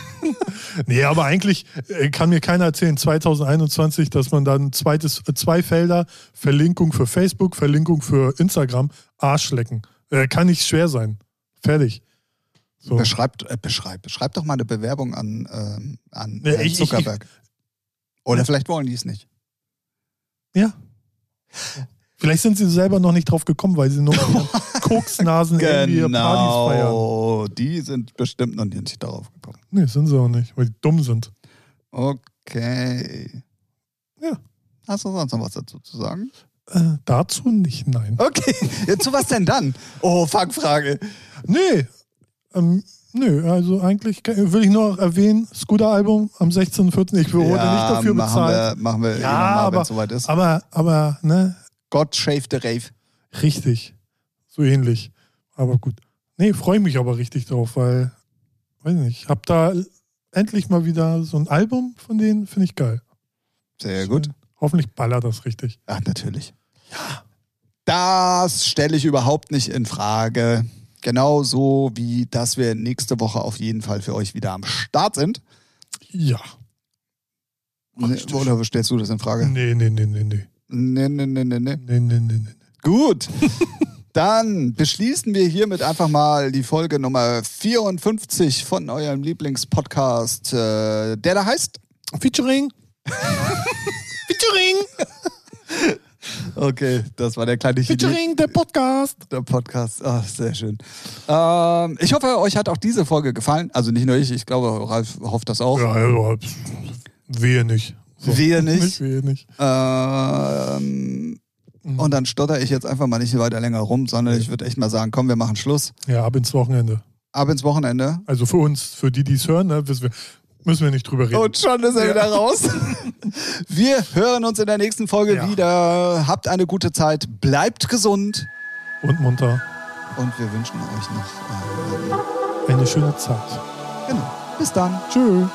Nee, aber eigentlich äh, kann mir keiner erzählen, 2021, dass man dann zweites, äh, zwei Felder, Verlinkung für Facebook, Verlinkung für Instagram, Arsch lecken. Äh, kann nicht schwer sein. Fertig. So.
Beschreibt, äh, beschreibt, schreibt doch mal eine Bewerbung an, ähm, an
Ja,
Herrn
ich- ich-
Zuckerberg. Oder vielleicht wollen die es nicht.
Ja. Vielleicht sind sie selber noch nicht drauf gekommen, weil sie nur mit ihren Koksnasen irgendwie ihre Partys feiern.
Genau, die sind bestimmt noch nicht darauf gekommen.
Nee, sind sie auch nicht, weil die dumm sind.
Okay.
Ja.
Hast du sonst noch was dazu zu sagen?
Äh, dazu nicht, nein.
Okay, [laughs] ja, zu was denn dann? Oh, Fangfrage.
Nee. Ähm, nö, also eigentlich ke- will ich nur erwähnen, Scooter-Album am 16.04. Ich wurde nicht dafür
machen
bezahlt.
Wir, machen wir
Ja,
ja, eh wenn
aber-
es soweit ist.
Aber, aber, ne,
Gott shave the Rave.
richtig. So ähnlich. Aber gut. Nee, freue mich aber richtig drauf, weil, weiß nicht, ich hab da endlich mal wieder so ein Album von denen, finde ich geil.
Sehr gut.
Hoffentlich ballert das richtig.
Ach, natürlich. Das stelle ich überhaupt nicht in Frage. Genauso wie, dass wir nächste Woche auf jeden Fall für euch wieder am Start sind.
Ja.
Ne,
Richtig. Hm.
oder stellst du das in Frage?
Nee, nee, nee, nee, nee.
Nee, nee, nee, nee, nee.
Nee, nee, nee, nee.
Gut. Dann beschließen wir hiermit einfach mal die Folge Nummer 54 von eurem Lieblingspodcast, äh, der da heißt.
Featuring. [laughs] Featuring.
Okay, das war der kleine Chili.
Featuring, der Podcast.
Der Podcast, ah, sehr schön. Ähm, ich hoffe, euch hat auch diese Folge gefallen. Also nicht nur ich, ich glaube, Ralf hofft das auch.
Ja, also, pff, wehe nicht.
Wehe nicht?
Wehe nicht.
Ähm, und dann stotter ich jetzt einfach mal nicht weiter länger rum, sondern ich würde echt mal sagen, komm, wir machen Schluss.
Ja, ab ins Wochenende.
Ab ins Wochenende.
Also für uns, für die, die es hören, ne, wissen wir, müssen wir nicht drüber reden.
Und schon ist er
Ja.
wieder raus. [laughs] Wir hören uns in der nächsten Folge
Ja.
wieder. Habt eine gute Zeit, bleibt gesund
Und munter.
und wir wünschen euch noch.
Eine schöne Zeit.
Äh, genau. Bis dann.
Tschüss.